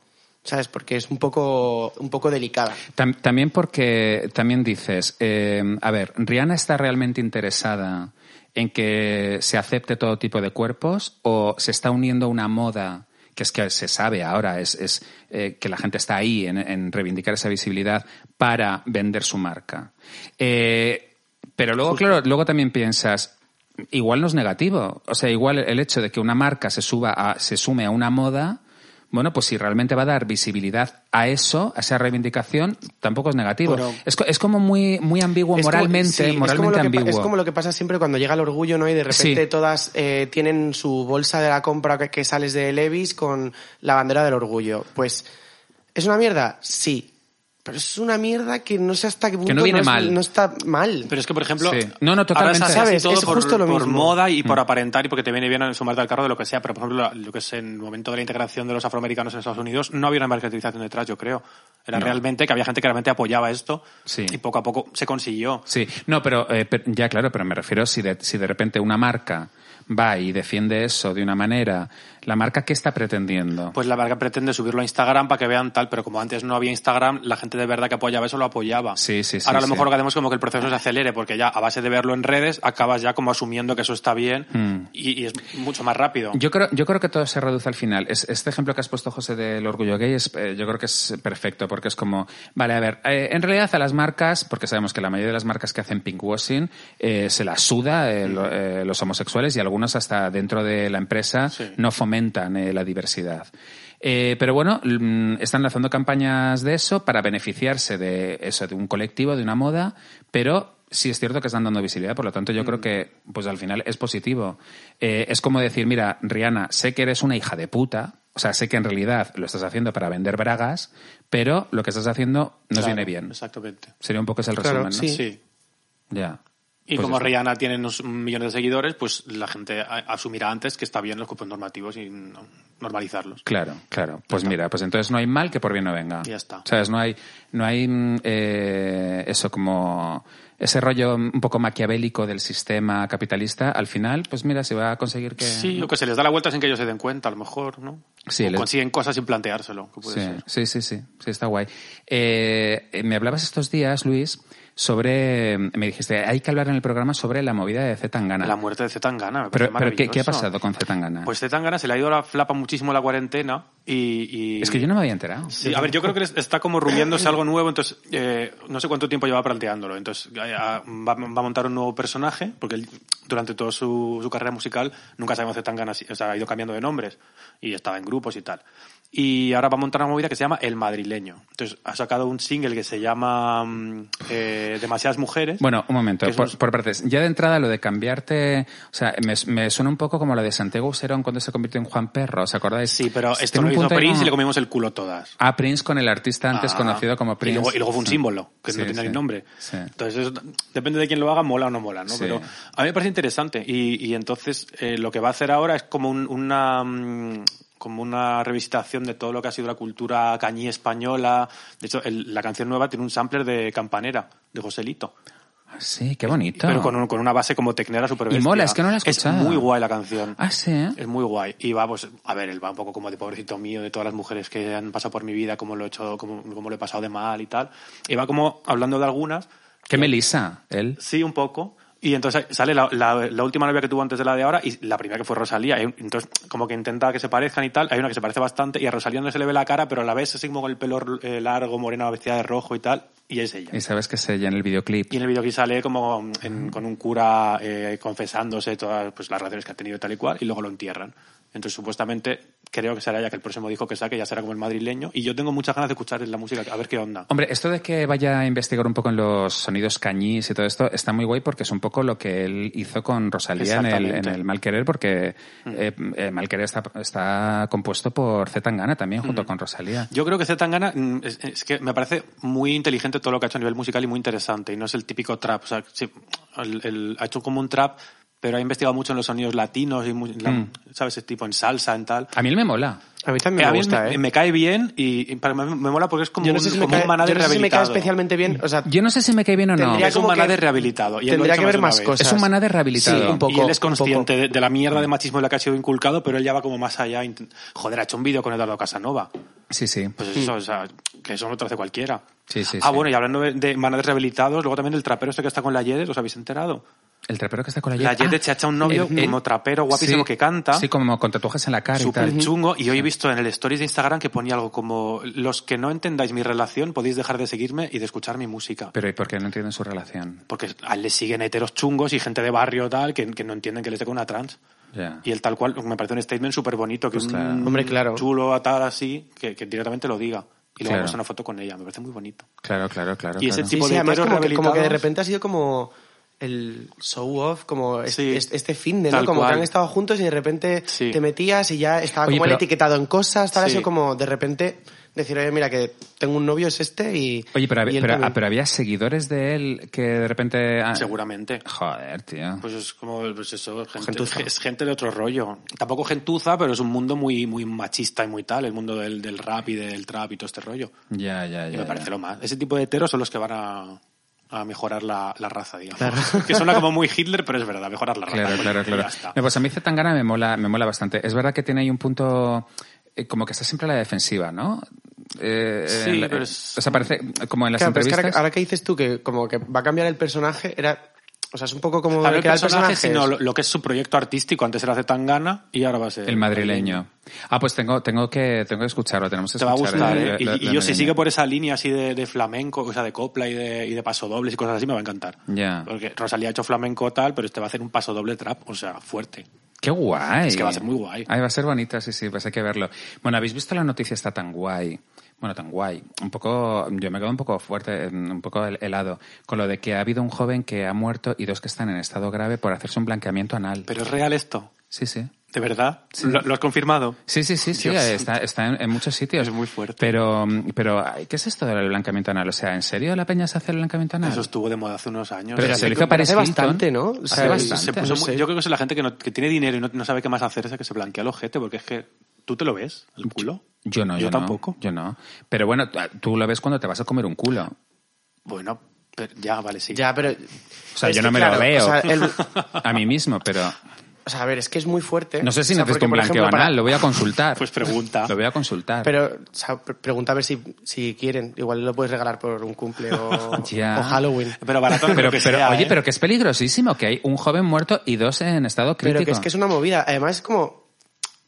¿Sabes? Porque es un poco, un poco delicada. Tam- también porque también dices, eh, a ver, Rihanna está realmente interesada en que se acepte todo tipo de cuerpos o se está uniendo a una moda que es que se sabe ahora, es, es, eh, que la gente está ahí en, en reivindicar esa visibilidad para vender su marca. Eh, pero luego, claro, luego también piensas, igual no es negativo. O sea, igual el hecho de que una marca se suba a, se sume a una moda, bueno, pues si realmente va a dar visibilidad a eso, a esa reivindicación, tampoco es negativo. Pero- es, co- es como muy, muy ambiguo Es como- sí, moralmente, es como moralmente lo que pa- ambiguo. Es como lo que pasa siempre cuando llega el orgullo, ¿no? Y de repente Sí. todas eh, tienen su bolsa de la compra que, que sales de Levis con la bandera del orgullo. Pues, ¿es una mierda? Sí. Pero es una mierda que no sé hasta qué punto no viene es- mal. no está mal. Pero es que, por ejemplo, Sí. No, no, ahora totalmente. se hace ¿Sabes? todo Es por, justo lo por mismo. moda y Mm. por aparentar y porque te viene bien sumarte al carro de lo que sea. Pero, por ejemplo, lo que es en el momento de la integración de los afroamericanos en Estados Unidos, no había una mercantilización detrás, yo creo. Era No. realmente que había gente que realmente apoyaba esto Sí. y poco a poco se consiguió. Sí, no, pero eh, per- ya claro, pero me refiero si de, si de repente una marca va y defiende eso de una manera, la marca qué está pretendiendo. Pues la marca pretende subirlo a Instagram para que vean tal, pero como antes no había Instagram, la gente de verdad que apoyaba eso lo apoyaba. Sí, sí, sí, Ahora a lo sí. mejor lo que hacemos es como que el proceso se acelere, porque ya a base de verlo en redes acabas ya como asumiendo que eso está bien y, y es mucho más rápido. Hmm. Yo creo, yo creo que todo se reduce al final. Es, este ejemplo que has puesto, José, del orgullo gay, es, eh, yo creo que es perfecto, porque es como, vale, a ver, eh, en realidad a las marcas, porque sabemos que la mayoría de las marcas que hacen pinkwashing eh, se las suda eh, lo- eh, los homosexuales y algunos hasta dentro de la empresa Sí. no fomentan eh, la diversidad. Eh, pero bueno, mm, están lanzando campañas de eso para beneficiarse de eso, de un colectivo, de una moda, pero sí es cierto que están dando visibilidad, por lo tanto yo Mm. creo que pues al final es positivo. Eh, es como decir, mira, Rihanna, sé que eres una hija de puta, o sea, sé que en realidad lo estás haciendo para vender bragas, pero lo que estás haciendo nos Claro, viene bien. Exactamente. Sería un poco ese el Claro, resumen, ¿no? sí. Sí. Ya. Y Pues como ya está. Rihanna tiene unos millones de seguidores, pues la gente a- asumirá antes que está bien los cupos normativos y no- normalizarlos. Claro, claro. Pues mira, pues entonces no hay mal que por bien no venga. Ya está. ¿Sabes? No hay, no hay mm, eh, eso como ese rollo un poco maquiavélico del sistema capitalista. Al final, pues mira, se va a conseguir que... Sí, o que se les da la vuelta sin que ellos se den cuenta, a lo mejor, ¿no? Sí, O les- consiguen cosas sin planteárselo, que puede Sí, ser. sí, sí, sí, sí, está guay. Eh, eh, me hablabas estos días, Luis, sobre... Me dijiste, hay que hablar en el programa sobre la movida de Zetangana. La muerte de Zetangana, me Pero, parece pero ¿qué, qué ha maravilloso. pasado con Zetangana? Pues Zetangana se le ha ido la flapa muchísimo la cuarentena y... y- es que yo no me había enterado. Sí, a ver, yo creo que les- está como rubiándose algo nuevo, entonces eh, no sé cuánto tiempo lleva planteándolo. Entonces eh, ah, va, va a montar un nuevo personaje, porque él, durante toda su, su carrera musical nunca sabemos de tan ganas, o sea, ha ido cambiando de nombres y estaba en grupos y tal. Y ahora va a montar una movida que se llama El Madrileño. Entonces ha sacado un single que se llama mm, eh, de demasiadas mujeres. Bueno, un momento, que es por, un- por partes. Ya de entrada, lo de cambiarte, o sea, me, me suena un poco como lo de Santiago Userón cuando se convirtió en Juan Perro, ¿os acordáis? Sí, pero esto Tengo lo un hizo punto ahí Prince y como- le comimos el culo todas. Ah, Prince con el artista antes Ah, conocido como Prince. Y luego, y luego fue un Sí. símbolo, que Sí, no tenía sí. ni nombre. Sí. Entonces, eso, depende de quién lo haga, mola o no mola, ¿no? Sí. Pero a mí me parece interesante. Y, y entonces, eh, lo que va a hacer ahora es como un- una mm, como una revisitación de todo lo que ha sido la cultura cañí española. De hecho, el- la canción nueva tiene un sampler de Campanera, de Joselito. Ah, Sí, qué bonito. Pero con, un- con una base como tecnera super Y mola, es que no la he escuchado. Es muy guay la canción. Ah, sí, ¿eh? Es muy guay. Y va, pues, a ver, él va un poco como de pobrecito mío, de todas las mujeres que han pasado por mi vida, cómo lo he hecho, cómo, cómo lo he pasado de mal y tal. Y va como hablando de algunas, Qué Melissa, él. sí, un poco. Y entonces sale la, la- la última novia que tuvo antes de la de ahora y la primera que fue Rosalía. Y Entonces, como que intenta que se parezcan y tal. Hay una que se parece bastante y a Rosalía no se le ve la cara, pero a la vez así como con el pelo eh, largo, morena, vestida de rojo y tal. Y es ella. Y sabes que es ella en el videoclip. Y en el videoclip sale como en- con un cura eh, confesándose todas pues, las relaciones que ha tenido y tal y cual, y luego lo entierran. Entonces, supuestamente, creo que será ya que el próximo disco que saque ya será como el madrileño. Y yo tengo muchas ganas de escuchar la música, a ver qué onda. Hombre, esto de que vaya a investigar un poco en los sonidos cañís y todo esto está muy guay porque es un poco lo que él hizo con Rosalía en el, Exactamente. Mm. en el Mal Querer, porque eh, eh, Mal Querer está, está compuesto por Z Tangana también junto Mm. con Rosalía. Yo creo que Z Tangana mm, es, es que me parece muy inteligente todo lo que ha hecho a nivel musical y muy interesante. Y no es el típico trap. O sea, sí, el- el- ha hecho como un trap, pero ha investigado mucho en los sonidos latinos y, mu- la- ¿sabes? Ese tipo en salsa, en tal. A mí él me mola. A mí Eh, también a mí Mm. me gusta, me, ¿eh? me cae bien y, y para- me, me mola porque es como, Yo no un, sé si me como cae, un maná de yo no sé si me cae rehabilitado. especialmente bien. O sea, Yo no sé si me cae bien o no. Tendría es un como maná que- de rehabilitado. y él lo tendría ha dicho que ver más más de una vez. cosas. Es un maná de rehabilitado. Sí, un poco. y él es un consciente de, de la mierda de machismo en la que ha sido inculcado, pero él ya va como más allá. int- Joder, ha hecho un vídeo con Eduardo Casanova. Sí, sí. Pues Hmm. eso, o sea, que eso no te lo hace cualquiera. Sí, sí, ah, sí. bueno, y hablando de, de maná de rehabilitados, luego también el trapero este que está con la Yedes, ¿os habéis enterado? El trapero que está con la La Jet. Ah, Jet se ha echado un novio como trapero guapísimo que canta. Sí, como con tatuajes en la Ah, cara y Súper tal. chungo. Y hoy he visto en el stories de Instagram que ponía algo como: Los que no entendáis mi relación podéis dejar de seguirme y de escuchar mi música. Pero ¿y por qué no entienden su relación? Porque a él le siguen heteros chungos y gente de barrio tal que, que no entienden que les toca una trans. Ya. Y el tal cual, me parece un statement súper bonito, que Pues un claro. Hombre, claro. chulo a tal así, que, que directamente lo diga. Y luego Claro. vamos a una foto con ella, me parece muy bonito. Claro, claro, claro. Y ese claro. Sí, tipo sí, de además heteros como que, como que de rehabilitados. repente ha sido como el show off, como es- Sí. es- este fin de, Tal ¿no? Como cual. que han estado juntos y de repente Sí. te metías y ya estaba Oye, como pero- el etiquetado en cosas, tal, Sí. ha sido como de repente decir, oye, mira que tengo un novio, es este y... Oye, pero, y había- él pero- ah, también. pero había seguidores de él que de repente... ah, Seguramente. Joder, tío. Pues es como, pues eso, gente, Gentuza. es gente de otro rollo. Tampoco gentuza, pero es un mundo muy, muy machista y muy tal, el mundo del, del rap y del trap y todo este rollo. ya, ya, ya. Y me ya. parece lo más. Ese tipo de heteros son los que van a, a mejorar la, la raza, digamos. Que suena como muy Hitler, pero es verdad, mejorar la raza. Claro, porque claro, ya claro. está. No, pues a mí Zetangana me mola, me mola bastante. Es verdad que tiene ahí un punto... eh, Como que está siempre a la defensiva, ¿no? Eh, Sí, en la- pero es- O sea, parece como en las Claro, pero es que entrevistas... ahora, ahora que dices tú que como que va a cambiar el personaje, era... O sea, es un poco como Claro, de el crear personaje, personajes. sino lo, lo que es su proyecto artístico. Antes era Zetangana y ahora va a ser... El madrileño. Ah, pues tengo, tengo que, tengo que escucharlo, tenemos que Te va a escuchar. gustar, el- ¿eh? el- el- el Y, y yo, si madrileño. sigue por esa línea así de, de flamenco, o sea, de copla y de, y de pasodobles y cosas así, me va a encantar. Ya. Porque Rosalía ha hecho flamenco tal, pero este va a hacer un pasodoble trap, o sea, fuerte. ¡Qué guay! Es que va a ser muy guay. Ay, va a ser bonita, sí, sí, pues hay que verlo. Bueno, ¿habéis visto la noticia está tan guay? Bueno, tan guay. Un poco, yo me he quedado un poco fuerte, eh, un poco hel- helado, con lo de que ha habido un joven que ha muerto y dos que están en estado grave por hacerse un blanqueamiento anal. Pero es real esto, Sí, sí. ¿de verdad? ¿Lo, lo has confirmado? Sí, sí, sí, sí, Dios. está, está en, en muchos sitios. Es muy fuerte. Pero, mm, pero, ay, ¿qué es esto del blanqueamiento anal? O sea, ¿en serio la peña se hace el blanqueamiento anal? Eso estuvo de moda hace unos años. Pero Sí, se lo sí, hizo a Paris parece Hilton. bastante, ¿no? O Hace sea, se se bastante. puso ¿no? muy- sé. Yo creo que es la gente que, no- que tiene dinero y no, no sabe qué más hacerse que se blanquea el ojete, porque es que tú te lo ves, el culo. Yo no, yo, Yo no, tampoco. Yo no. Pero bueno, tú- tú lo ves cuando te vas a comer un culo. Bueno, pero ya, vale, sí. Ya, pero... O sea, es yo que, no me lo claro, veo O sea, el- a mí mismo, pero o sea, a ver, es que es muy fuerte. no sé si ¿Eh? O sea, necesito porque, un por blanqueo ejemplo, para- anal. Lo voy a consultar. Pues pregunta. Lo voy a consultar. Pero, o sea, pre- pregunta a ver si, si quieren. Igual lo puedes regalar por un cumple o, Ya. o Halloween. Pero barato no pero, creo que pero, sea, oye, ¿eh? pero que es peligrosísimo que hay un joven muerto y dos en estado crítico. Pero que es que es una movida. Además, es como.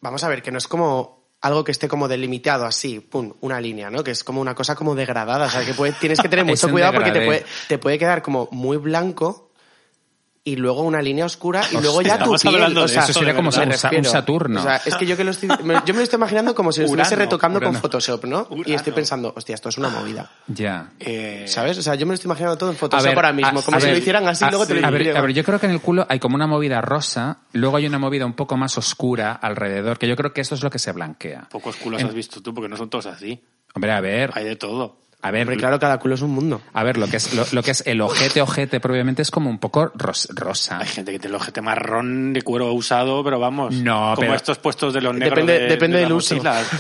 Vamos a ver, que no es como algo que esté como delimitado así, pum, una línea, ¿no? Que es como una cosa como degradada. O sea, que puede- tienes que tener Es mucho un cuidado porque te degradé. puede, te puede quedar como muy blanco y luego una línea oscura y luego ya tu estamos piel. hablando o de sea, eso, Eso sería de como verdad. un, me Sa- un refiero. Saturno. O sea, es que yo que lo estoy, me- yo me lo estoy imaginando como si lo estuviese Urano, retocando Urano. con Photoshop, ¿no? Y Urano. estoy pensando, hostia, esto es una movida. ya. Eh, ¿Sabes? O sea, yo me lo estoy imaginando todo en Photoshop ver, ahora mismo. a- como a si ver, lo hicieran así, a- luego te lo a ver, llevan. a ver, yo creo que en el culo hay como una movida rosa, luego hay una movida un poco más oscura alrededor, que yo creo que eso es lo que se blanquea. Pocos culos En- has visto tú, porque no son todos así. Hombre, a ver, Hay de todo. a ver, Hombre, claro, cada culo es un mundo. a ver, lo que es lo, lo que es el ojete ojete propiamente es como un poco ros- rosa. Hay gente que tiene el ojete marrón de cuero usado, pero vamos. No, Como pero- estos puestos de los negros. Depende- de- depende de del las uso. mochilas.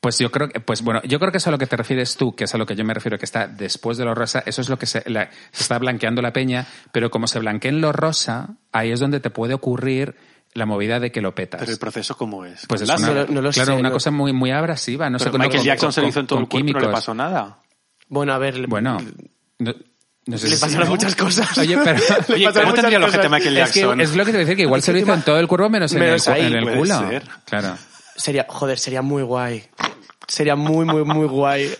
Pues yo creo que, pues bueno, yo creo que eso a lo que te refieres tú, que es a lo que yo me refiero, que está después de lo rosa, eso es lo que se, la- se está blanqueando la peña, pero como se blanqueen lo rosa, ahí es donde te puede ocurrir la movida de que lo petas. Pero el proceso, ¿cómo es? pues es Con láser. una, No lo- no lo claro, sé, una no- cosa muy, muy abrasiva. No Pero sé, con- Michael con- Jackson se lo con- hizo en todo con el cuerpo y no le químicos. pasó nada. Bueno, a ver, Bueno, no, no sé le si- pasaron ¿no? muchas cosas. Oye, pero Oye, pasaron ¿cómo tendría el ojete muchas cosas. Michael es, que, Jackson? es lo que te decía, que igual se lo hizo en todo el cuerpo menos en el, Menos cu- ahí, en el puede culo. ser. Claro. Sería, joder, sería muy guay. Sería muy, muy, muy guay.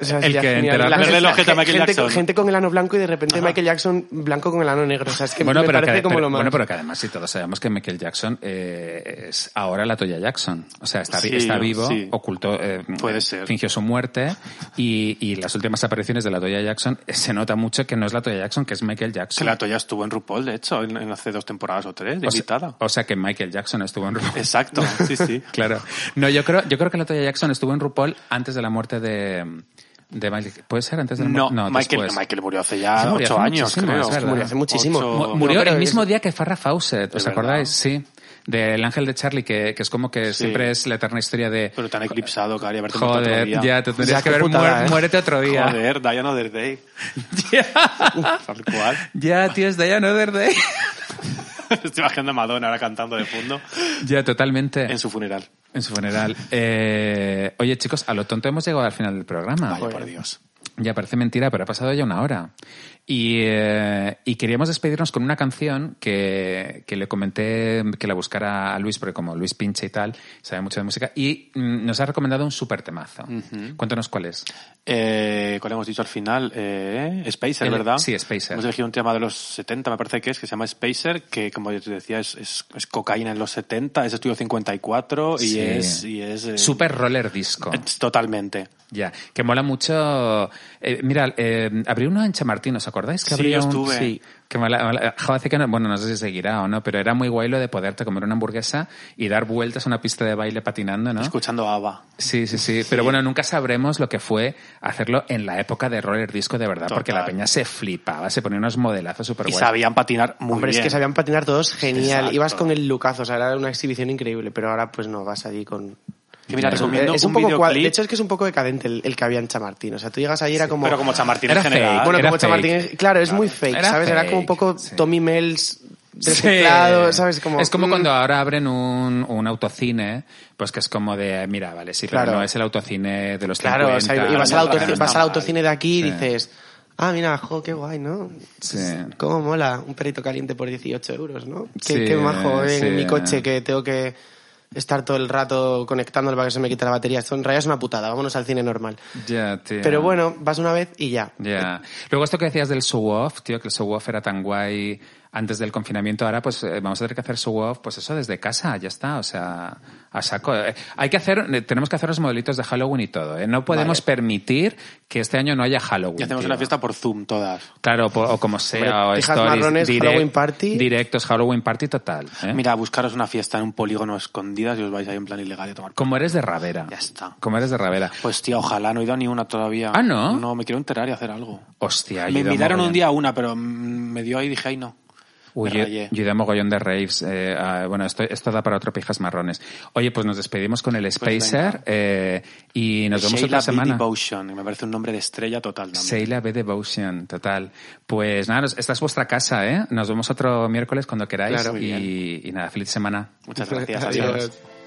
O sea, El sería que genial. enterarnos- La- Verle el ojete a Michael gente, Jackson. gente con el ano blanco y de repente Michael Jackson blanco con el ano negro. O sea, es que Bueno me pero, que, parece como pero- lo más. bueno, pero que además sí todos sabemos que Michael Jackson eh, es ahora la Toya Jackson. O sea, está, vi- Sí, está vivo, sí. ocultó, eh, Puede ser. fingió su muerte y, y las últimas apariciones de la Toya Jackson eh, se nota mucho que no es la Toya Jackson, que es Michael Que Jackson. la toalla estuvo en RuPaul, de hecho, en, en hace dos temporadas o tres, de o, sea, invitada. o sea que Michael Jackson estuvo en RuPaul. Exacto, sí, sí. Claro. No, yo creo, yo creo que la Toya Jackson estuvo en RuPaul antes de la muerte de, de Michael. ¿Puede ser antes de la No, muerte? Michael, después. Michael murió hace ya Sí, murió ocho hace años, muchísimo, creo. es verdad. Murió hace muchísimo. Mu- Ocho- murió pero el mismo es- día que Farrah Fawcett, ¿os verdad. acordáis? Sí, del ángel de Charlie, que, que es como que Sí. siempre es la eterna historia de... Pero tan eclipsado, Cari, haberte muerto otro Joder, día. ya te tendrías Ya, que qué ver, putada, muer- ¿eh? muérete otro día. Joder, Diana Another Day. Ah. Tal cual. Ya, tío, es de Another Day. Estoy imaginando a Madonna ahora cantando de fondo ya, totalmente. en su funeral. En su funeral. Eh, oye, chicos, a lo tonto hemos llegado al final del programa. Vaya, por Dios. Ya parece mentira, pero ha pasado ya una hora. Y, eh, y queríamos despedirnos con una canción que, que le comenté que la buscara a Luis, porque como Luis pinche y tal, sabe mucho de música, y mm, nos ha recomendado un súper temazo. Cuéntanos cuál es. Eh, ¿Cuál hemos dicho al final? Eh, Spacer, El- ¿verdad? sí, Spacer. Hemos elegido un tema de los 70, me parece que es, que se llama Spacer, que como yo te decía, es, es, es cocaína en los 70, es estudio 54 y Sí. es... Y es eh, Super roller disco. es Totalmente. Ya, que mola mucho. Eh, mira, eh, abrí uno en Chamartín, ¿os acordáis? Que Sí, abría yo un- estuve. Sí, que mola- mola- jo, hace que no- bueno, no sé si seguirá o no, pero era muy guay lo de poderte comer una hamburguesa y dar vueltas a una pista de baile patinando, ¿no? Escuchando ABBA. Sí, sí, sí. Pero bueno, nunca sabremos lo que fue hacerlo en la época de roller disco de verdad, porque la Total. peña se flipaba, se ponía unos modelazos súper Y guay. sabían patinar muy Hombre, bien. es que sabían patinar todos genial. Exacto. Ibas con el lucazo, o sea, era una exhibición increíble, pero ahora pues no, vas allí con... Que mira, Es un- recomiendo es un, un, poco cua- videoclip, De hecho, es que es un poco decadente el, el que había en Chamartín. O sea, tú llegas ahí era como... pero como Chamartín en Era general. fake. Bueno, Era como Chamartín... fake. Claro, es muy fake, Era ¿sabes? Era como un fake, poco sí. Tommy Mills Sí. reciclado, ¿sabes? Como, es como mm, cuando ahora abren un, un autocine, pues que es como de, mira, vale, sí, pero Claro. no es el autocine de los Claro, 50. o sea, y vas, no, al, no, autocine, no está vas al mal. autocine de aquí Sí. y dices... Ah, mira, jo, qué guay, ¿no? Sí. Cómo mola un perrito caliente por 18 euros, ¿no? Qué, Sí, qué majo en sí. mi coche que tengo que estar todo el rato conectándolo para que se me quite la batería. Esto en realidad es una putada, vámonos al cine normal. Ya, tío. Pero bueno, vas una vez y ya. Ya. Luego esto que decías del show-off, tío, que el show-off era tan guay antes del confinamiento, ahora pues eh, vamos a tener que hacer show-off, pues eso desde casa, ya está, o sea, a saco. Eh, Hay que hacer, eh, tenemos que hacer los modelitos de Halloween y todo, ¿eh? No podemos permitir que este año no haya Halloween. y hacemos tío. una fiesta por Zoom todas. Claro, po- o como sea, Hombre, o tijas stories, marrones, Halloween party. Directos, Halloween party total. ¿eh? Mira, buscaros una fiesta en un polígono escondidas y os vais ahí en plan ilegal y a tomar. Como eres de Ravera. Ya está. Como eres de Ravera. Pues tía, ojalá, no he ido a ni una todavía. Ah, ¿no? No, me quiero enterar y hacer algo. Hostia, yo me he ido invitaron un mogollón. día a una, pero mm, me dio ahí y dije, ay no. Uy, Me yo, rayé. yo he ido a mogollón de raves. eh, ah, bueno, esto, esto da para otro pijas marrones. Oye, pues nos despedimos con el Spacer venga. eh, y nos vemos Sheila otra semana. B. Devotion, que me parece un nombre de estrella total. también. Sheila B. Devotion, total. Pues nada, nos- esta es vuestra casa, ¿eh? Nos vemos otro miércoles cuando queráis. Claro, muy y, y nada, feliz semana. Muchas gracias. Adiós. adiós.